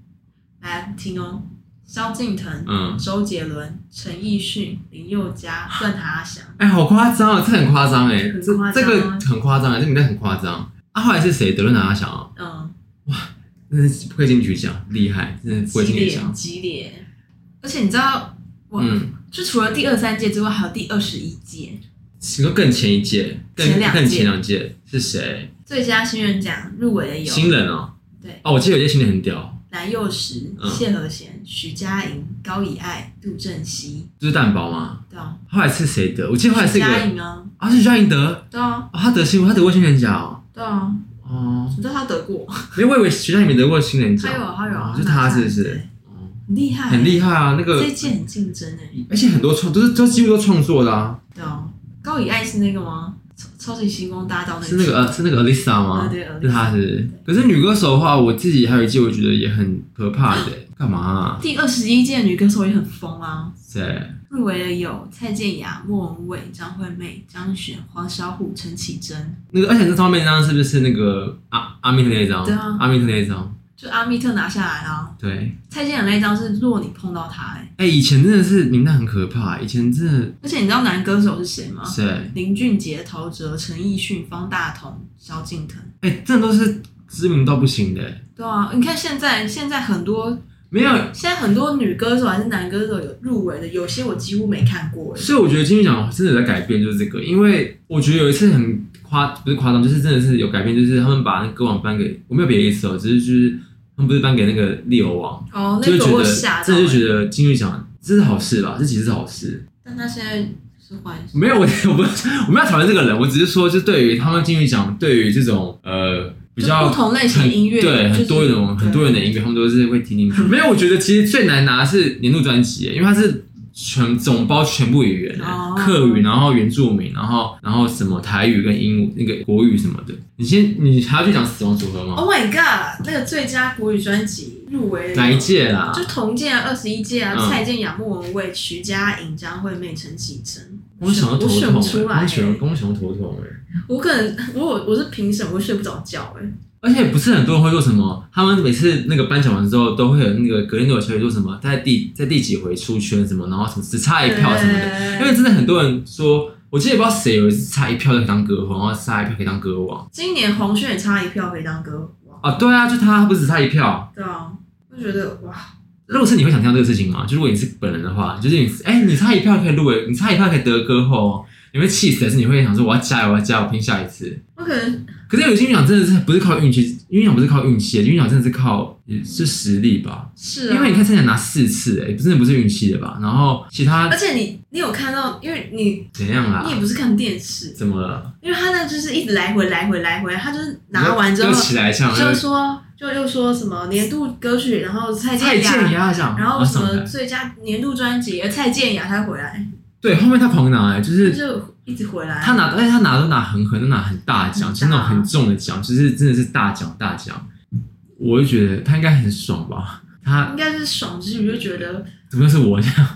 B: 来听哦，萧敬腾、
A: 嗯，
B: 周杰伦、陈奕迅、林宥嘉、 段塔翔。
A: 哎、好夸张哦，这很夸张哎，
B: 很
A: 这
B: 夸张啊
A: 这个很夸张哎，这名单很夸张。啊，后来是谁得了拿奖啊？
B: 嗯，
A: 真是不会金曲奖，厉害，真的不会
B: 激
A: 金曲
B: 烈
A: 奖。
B: 激烈。而且你知道我，
A: 嗯，
B: 就除了第二三届之外，还有第二十一届
A: 请问更前一届，更
B: 前两届
A: 更前两届是谁？
B: 最佳新人奖入围的有
A: 新人哦。
B: 对
A: 哦，我记得有些新人很屌，
B: 蓝又时、
A: 嗯
B: 谢和弦、徐佳莹、高以爱、杜振熙，
A: 就是蛋堡嘛。
B: 对啊，
A: 后来是谁得？我记得后来是
B: 徐
A: 一个
B: 佳莹啊，
A: 啊，是张颖得哦，
B: 对啊，
A: 他得新，他得过新人奖哦。
B: 对啊，
A: 哦，
B: 你知道他得过，
A: 没有，我以为徐佳莹没得过新人奖
B: 他，有他有
A: 哦
B: 啊，
A: 就他是不是
B: 对？
A: 哦
B: 很厉害，欸
A: 很厉害啊，那
B: 这
A: 个
B: 一，届很竞争哎，
A: 而且很多创都是都几乎都创作的啊，
B: 对啊，高以爱是那个吗？超超级星光大道那
A: 是那个呃是那个 Alisa
B: 啊
A: 吗？
B: 哦对，Alisa
A: 是她是不是。可是女歌手的话，我自己还有一季，我觉得也很可怕的，干嘛啊？
B: 第二十一届女歌手也很疯啊，
A: 谁？
B: 入围的有蔡健雅、莫文蔚、张惠妹、张悬、黄小虎、陈绮贞。
A: 那个而且那上面那张是不是那个阿阿密特那一张？
B: 对啊
A: 阿密特那一张，
B: 就阿密特拿下来啦、
A: 对。
B: 蔡健雅那一张是若你碰到他、欸，
A: 哎，以前真的是名单很可怕，以前真的
B: 而且你知道男歌手是谁吗？
A: 谁？
B: 林俊杰、陶喆、陈奕迅、方大同、萧敬腾。
A: 哎，真的都是知名到不行的，
B: 对啊，你看现在现在很多
A: 没有
B: 现在很多女歌手还是男歌手有入围的，有些我几乎没看过、欸。
A: 所以我觉得金曲奖真的有在改变，就是这个，因为我觉得有一次很夸，不是夸张，就是真的是有改变，就是他们把那个歌王颁给，我没有别的意思哦，只是就是他们不是颁给那个力偶王，
B: 哦，
A: 就
B: 那
A: 是
B: 个
A: 觉
B: 我
A: 得
B: 吓到、
A: 这就
B: 欸，
A: 觉得金曲奖这是好事吧，这其实是好事。
B: 但他现在是坏人。
A: 没有我我不我们要讨论这个人，我只是说，就对于他们金曲奖，对于这种呃比较
B: 就不同类型的音乐
A: 很对
B: 就是
A: 很多种很多人的音乐，他们都是会听进去。没有，我觉得其实最难拿的是年度专辑，欸因为它是全总包全部语言
B: 哦，
A: 客语，然后原住民，然后然后什么台语跟英那个国语什么的。你先，你还要去讲死亡组合吗？
B: Oh my god！那个最佳国语专辑入围的
A: 哪一届啦？
B: 就同届啊，二十一届啊，
A: 嗯
B: 蔡健雅、莫文蔚、徐佳莹、张惠妹、陈绮贞。
A: 我想要
B: 我
A: 头
B: 选
A: 痛
B: 不出
A: 欸，
B: 来
A: 我选
B: 欸，
A: 我想要头痛哎。
B: 我可能如果我是评审，我会睡不着觉哎。
A: 而且不是很多人会做什么，他们每次那个颁奖完之后，都会有那个隔天都有小姐做什么，在第在第几回出圈什么，然后什么只差一票什么的。因为
B: 的。
A: 真的很多人说，我记得也不知道谁有一次差一票就可以当歌王，然后差一票可以当歌王
B: 今年黄轩也差一票可以当歌王，
A: 啊。对啊，就他他不止差一票。
B: 对啊，就觉得哇，
A: 如果是你会想听到这个事情吗？就如果你是本人的话，就是你哎、你差一票可以入围，你差一票可以得歌后，你会气死，还是你会想说我要加油，我要加油，拼下一次？
B: 我可能
A: 可是有些音乐奖真的是不是靠运气，音乐奖不是靠运气，音乐奖真的是靠也是实力吧。
B: 是啊，
A: 因为你看，蔡健拿四次、哎，真的不是运气的吧？然后其他
B: 而且你你有看到，因为你
A: 怎样啦
B: 你？也不是看电视，
A: 怎么了？
B: 因为他那就是一直来回来回来回，他就是拿完之后
A: 又起来像
B: 就说就又说什么年度歌曲，然后蔡
A: 蔡
B: 健
A: 健
B: 雅，
A: 雅这样，
B: 然后
A: 啊
B: 什
A: 上
B: 么
A: 台
B: 最佳年度专辑，而蔡健雅才回来，
A: 对，后面他狂拿、哎，就
B: 他
A: 是
B: 就一直回来。
A: 他拿，而且他拿都拿很狠，都拿很大的奖，
B: 啊很大啊
A: 就是那种很重的奖，就是真的是大奖大奖。我就觉得他应该很爽吧？他
B: 应该是爽之余就觉得
A: 怎么又是我这 样？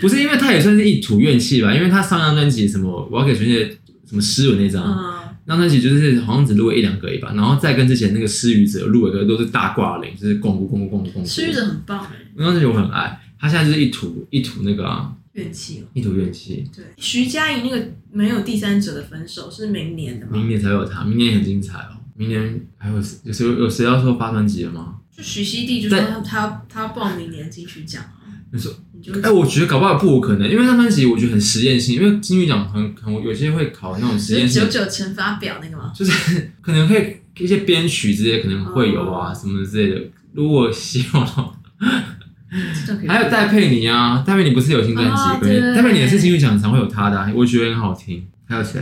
A: 不是因为他也算是一吐怨气吧？因为他上张专辑什么，我要给全世界什么诗文那张，
B: 嗯，
A: 那专辑就是好像只录了一两个而已吧，然后再跟之前那个失语者录了个都是大挂零，就是咣咕咣咕咣咕咣咕。
B: 失语者很棒哎，
A: 那专辑我很爱，他现在就是一吐一吐那个、啊、
B: 怨气哦。
A: 一吐怨气，
B: 对，徐佳莹那个没有第三者的分手是明年的
A: 明
B: 嘛？
A: 年才有他，明年很精彩哦。明年还有谁有谁有谁要说发专辑了吗？
B: 就徐熙娣就说他他他报明年金曲奖啊，
A: 你说，
B: 你就
A: 哎、我觉得搞不好不无可能，因为那专辑我觉得很实验性，因为金曲奖很很有些会考那种实验
B: 只
A: 性
B: 有，九乘法表那个吗？
A: 就是可能会一些编曲之类可能会有啊、
B: 哦
A: 什么之类的。如果希望的话
B: 这段可以
A: 还有戴佩妮啊，戴佩妮不是有新专辑？
B: 啊
A: 对不对
B: 对
A: 戴佩妮也是金曲奖常会有她的啊、我觉得很好听。还有谁？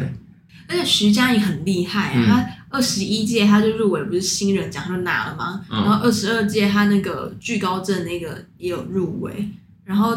B: 而且徐佳莹很厉害、啊，
A: 嗯
B: 她二十一届她就入围，不是新人奖她就拿了吗？
A: 嗯
B: 然后二十二届她那个惧高症那个也有入围，然后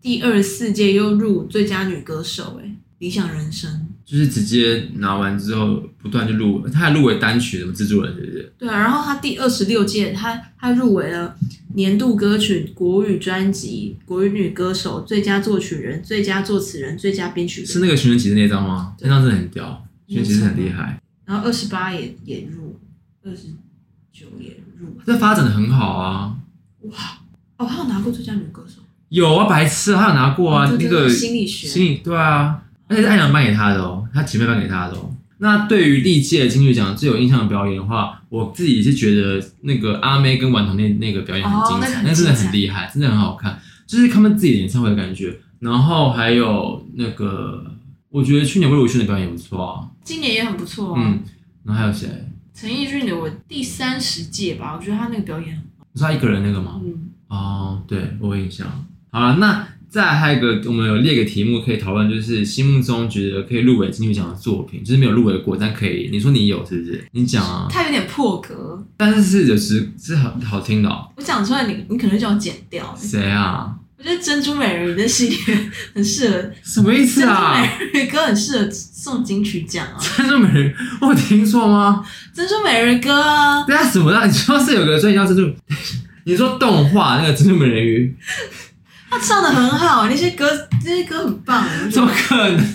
B: 第二十四届又入最佳女歌手、欸，理想人生。
A: 就是直接拿完之后不断就入，他还入围单曲什么制作人，对不对？
B: 对啊，然后她第二十六届她她入围了年度歌曲、国语专辑、国语女歌手、最佳作曲人、最佳作词人、最佳编曲人。
A: 是那个寻人启事那张吗？
B: 对
A: 那张真的很屌，寻人启事很厉害，
B: 然后二十八也也入，二十九也入，
A: 这发展的很好啊。
B: 哇！哦，她有拿过最佳女歌手。
A: 有啊，白痴啊，他有拿过啊，
B: 哦这
A: 那
B: 就
A: 个
B: 是心理学
A: 心理对啊，而且是艾扬颁给他的哦，他姐妹颁给他的哦。那对于历届金曲奖最有印象的表演的话，我自己是觉得那个阿妹跟顽童那那个表演很精彩，
B: 哦
A: 那
B: 那个很精彩
A: 真的很厉害，真的很好看，就是他们自己的演唱会的感觉。然后还有那个，我觉得去年魏如萱的表演也不错啊，
B: 今年也很不错啊。
A: 嗯，然后还有谁？
B: 陈奕迅的我第三十届吧，我觉得他那个表演，
A: 你说他一个人那个吗？
B: 嗯，
A: 哦，对，我有印象。好了，那再还有一个，我们有列个题目可以讨论，就是心目中觉得可以入围金曲奖的作品，就是没有入围过，但可以。你说你有是不是？你讲啊。
B: 嗯他有点破格。
A: 但是是有时是好好听的、哦，
B: 我讲出来你，你可能就要剪掉。
A: 谁啊？
B: 我觉得《珍珠美人鱼》的系列很适合，《
A: 什么意
B: 珍
A: 思
B: 珠
A: 啊？
B: 美人鱼》歌很适合送金曲奖 啊，
A: 珍珠美人，我有听错吗？
B: 《珍珠美人鱼》歌啊，
A: 对啊，什么啦？你说是有个最佳珍珠， 你说动画那个珍珠美人鱼，
B: 他唱的很好，那些歌那些歌很棒，我觉
A: 怎么
B: 得
A: 可能？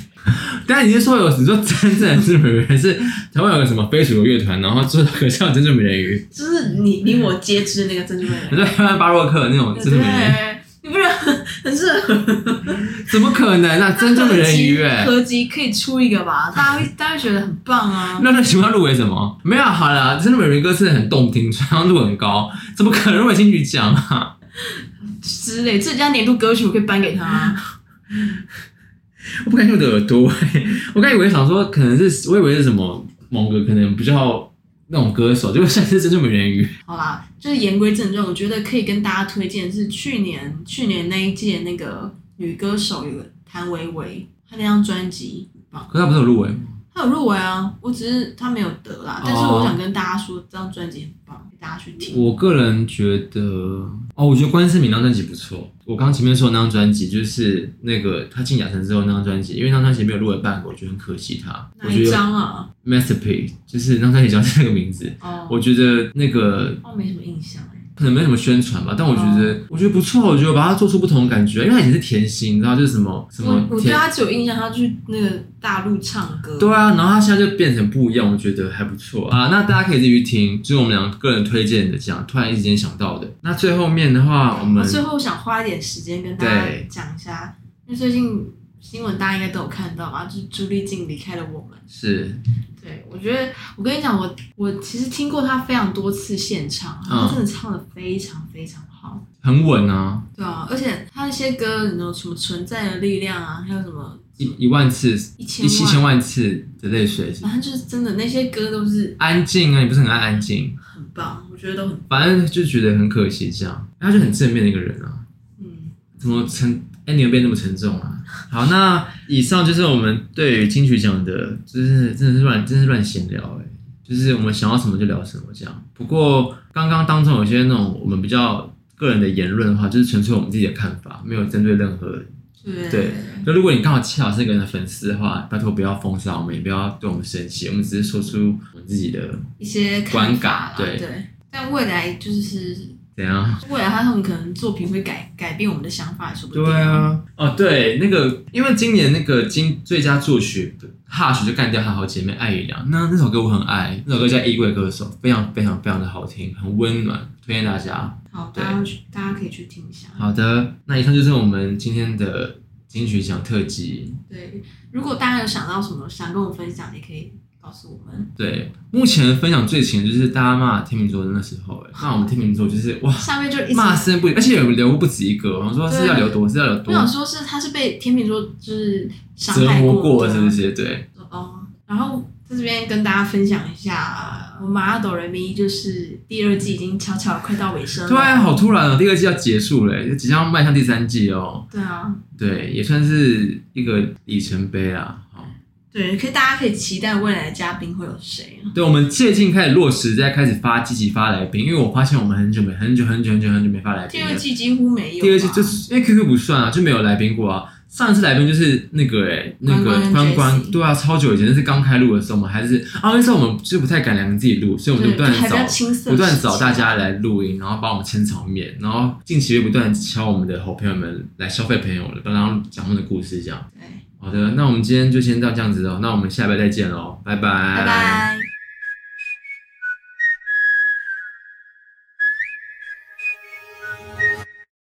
A: 但你是说有你说真正的珍珠美人鱼，还是台湾有个什么非主流乐团，然后做了个叫珍珠美人鱼？
B: 就是你你我皆知那个《珍珠美人
A: 你
B: 鱼
A: 在看巴洛克那种》，珍珠美人
B: 对，你不觉得很很适合？
A: 鱼，怎么可能 啊？珍珠美人鱼哎、
B: 合集可以出一个吧，大家会大家会觉得很棒啊。
A: 那那请问入围什么？没有，啊好了，珍珠美人鱼歌是很动听，传唱度很高，怎么可能入围金曲奖啊？
B: 之类，最佳年度歌曲我可以颁给他。
A: 我不敢用我的耳朵、欸，我刚以为想说可能是，我以为是什么某个可能比较那种歌手，结果现在是珍珠美人鱼。
B: 好啦，就是言归正传，我觉得可以跟大家推荐是去年去年那一届那个女歌手有个谭维维，她那张专辑很棒，
A: 可是他不是有欸入围吗？
B: 她有入围啊，我只是她没有得啦，但是我想跟大家说这张专辑很棒，给大家去听。
A: 哦我个人觉得，哦，我觉得关诗敏那张专辑不错。我刚前面说的那张专辑，就是那个他进雅城之后那张专辑，因为那张专辑没有入围半个，我觉得很可惜他。
B: 哪
A: 我觉
B: 一
A: 得
B: 张啊？
A: masterpiece 就是那张专辑叫这个名字，
B: 哦，
A: 我觉得那个
B: 我没什么印象哎、
A: 可能没什么宣传吧，但我觉得、
B: 哦
A: 我觉得不错，我觉得把它做出不同的感觉，因为它以前是甜心，你知道就是什么什么
B: 我我对
A: 甜。
B: 她只有印象，她去那个大陆唱歌。
A: 对啊，然后它现在就变成不一样，我觉得还不错啊。那大家可以自己去听，就是我们两个个人推荐的，这样突然一时间想到的。那最后面的话，我
B: 我
A: 们
B: 哦最后想花一点时间跟大家
A: 对
B: 讲一下，因为最近新闻大家应该都有看到嘛，就是朱丽静离开了我们。
A: 是
B: 对，我觉得我跟你讲，我我其实听过她非常多次现场，
A: 嗯
B: 她真的唱的非常非常好。
A: 很稳啊，
B: 对啊，而且她那些歌，你知道什么存在的力量啊，还有什么
A: 一一万次、
B: 一千
A: 一
B: 万，
A: 七千万次的泪水。
B: 反正就是真的那些歌都是
A: 安静啊，你不是很爱安静，
B: 很棒，我觉得都很
A: 反正就觉得很可惜这样。他就很正面的一个人啊，
B: 嗯，
A: 怎么沉？哎，你又变那么沉重啊？好，那以上就是我们对于金曲奖的，就是真的是乱，真的是乱闲聊哎、就是我们想要什么就聊什么这样。不过刚刚当中有些那种我们比较个人的言论的话，就是纯粹我们自己的看法，没有针对任何
B: 对
A: 对那如果你刚好恰好是一个人的粉丝的话，拜托不要封杀我们，也不要对我们生气，我们只是说出我们自己的
B: 一些看法啦
A: 观感对
B: 对，但未来就是
A: 怎样。
B: 未来他们可能作品会改改变我们的想法，说不定。
A: 对，啊，哦对，那个因为今年那个金最佳作曲，Hush 就干掉她好姐妹艾怡良，那那首歌我很爱，那首歌叫《衣柜歌手》，非常非常非常的好听，很温暖，推荐大家。
B: 好，
A: 对
B: 大家去，大家可以去听一下。
A: 好的，那以上就是我们今天的金曲奖特辑。
B: 对，如果大家有想到什么想跟我分享，也可以告诉我们。
A: 对，目前分享最勤的就是大家骂天秤座的那时候，哎那我们天秤座就是哇。
B: 下面就一直，
A: 骂声不已，而且有人留不止一个，哦我说是要留多，是要留
B: 我
A: 多，
B: 想说是他是被天秤座就是伤
A: 折
B: 害
A: 磨
B: 过
A: 过
B: 的
A: 是不？是？对，
B: 哦，然后在这边跟大家分享一下，我马拉哆瑞咪就是第二季已经悄悄快到尾声了。
A: 对啊，好突然哦，第二季要结束了，就即将迈向第三季哦，
B: 对啊，
A: 对，也算是一个里程碑啦。好，哦
B: 对，可以大家可以期待未来的嘉宾会有谁啊？
A: 对，我们最近开始落实，在开始发积极发来宾，因为我发现我们很久没很久很久很久很久没发来
B: 第
A: 宾了
B: 二。季几乎没有吧，
A: 第二季就是因为 QQ 不算啊，就没有来宾过啊。上一次来宾就是那个哎、那个
B: 关关跟
A: 关关
B: Jessie，
A: 对啊，超久以前，那是刚开录的时候，我们还是啊那时候我们就不太敢两个人自己录，所以我们
B: 对，
A: 就不
B: 就还比
A: 断
B: 较
A: 找
B: 青涩，
A: 不断找大。家来录音，然后帮我们撑场面，然后近期也不断敲我们的好朋友们来消费朋友了，然后讲他们的故事这样。
B: 对，
A: 好的，那我们今天就先到这样子喽，那我们下礼拜再见喽，拜
B: 拜拜。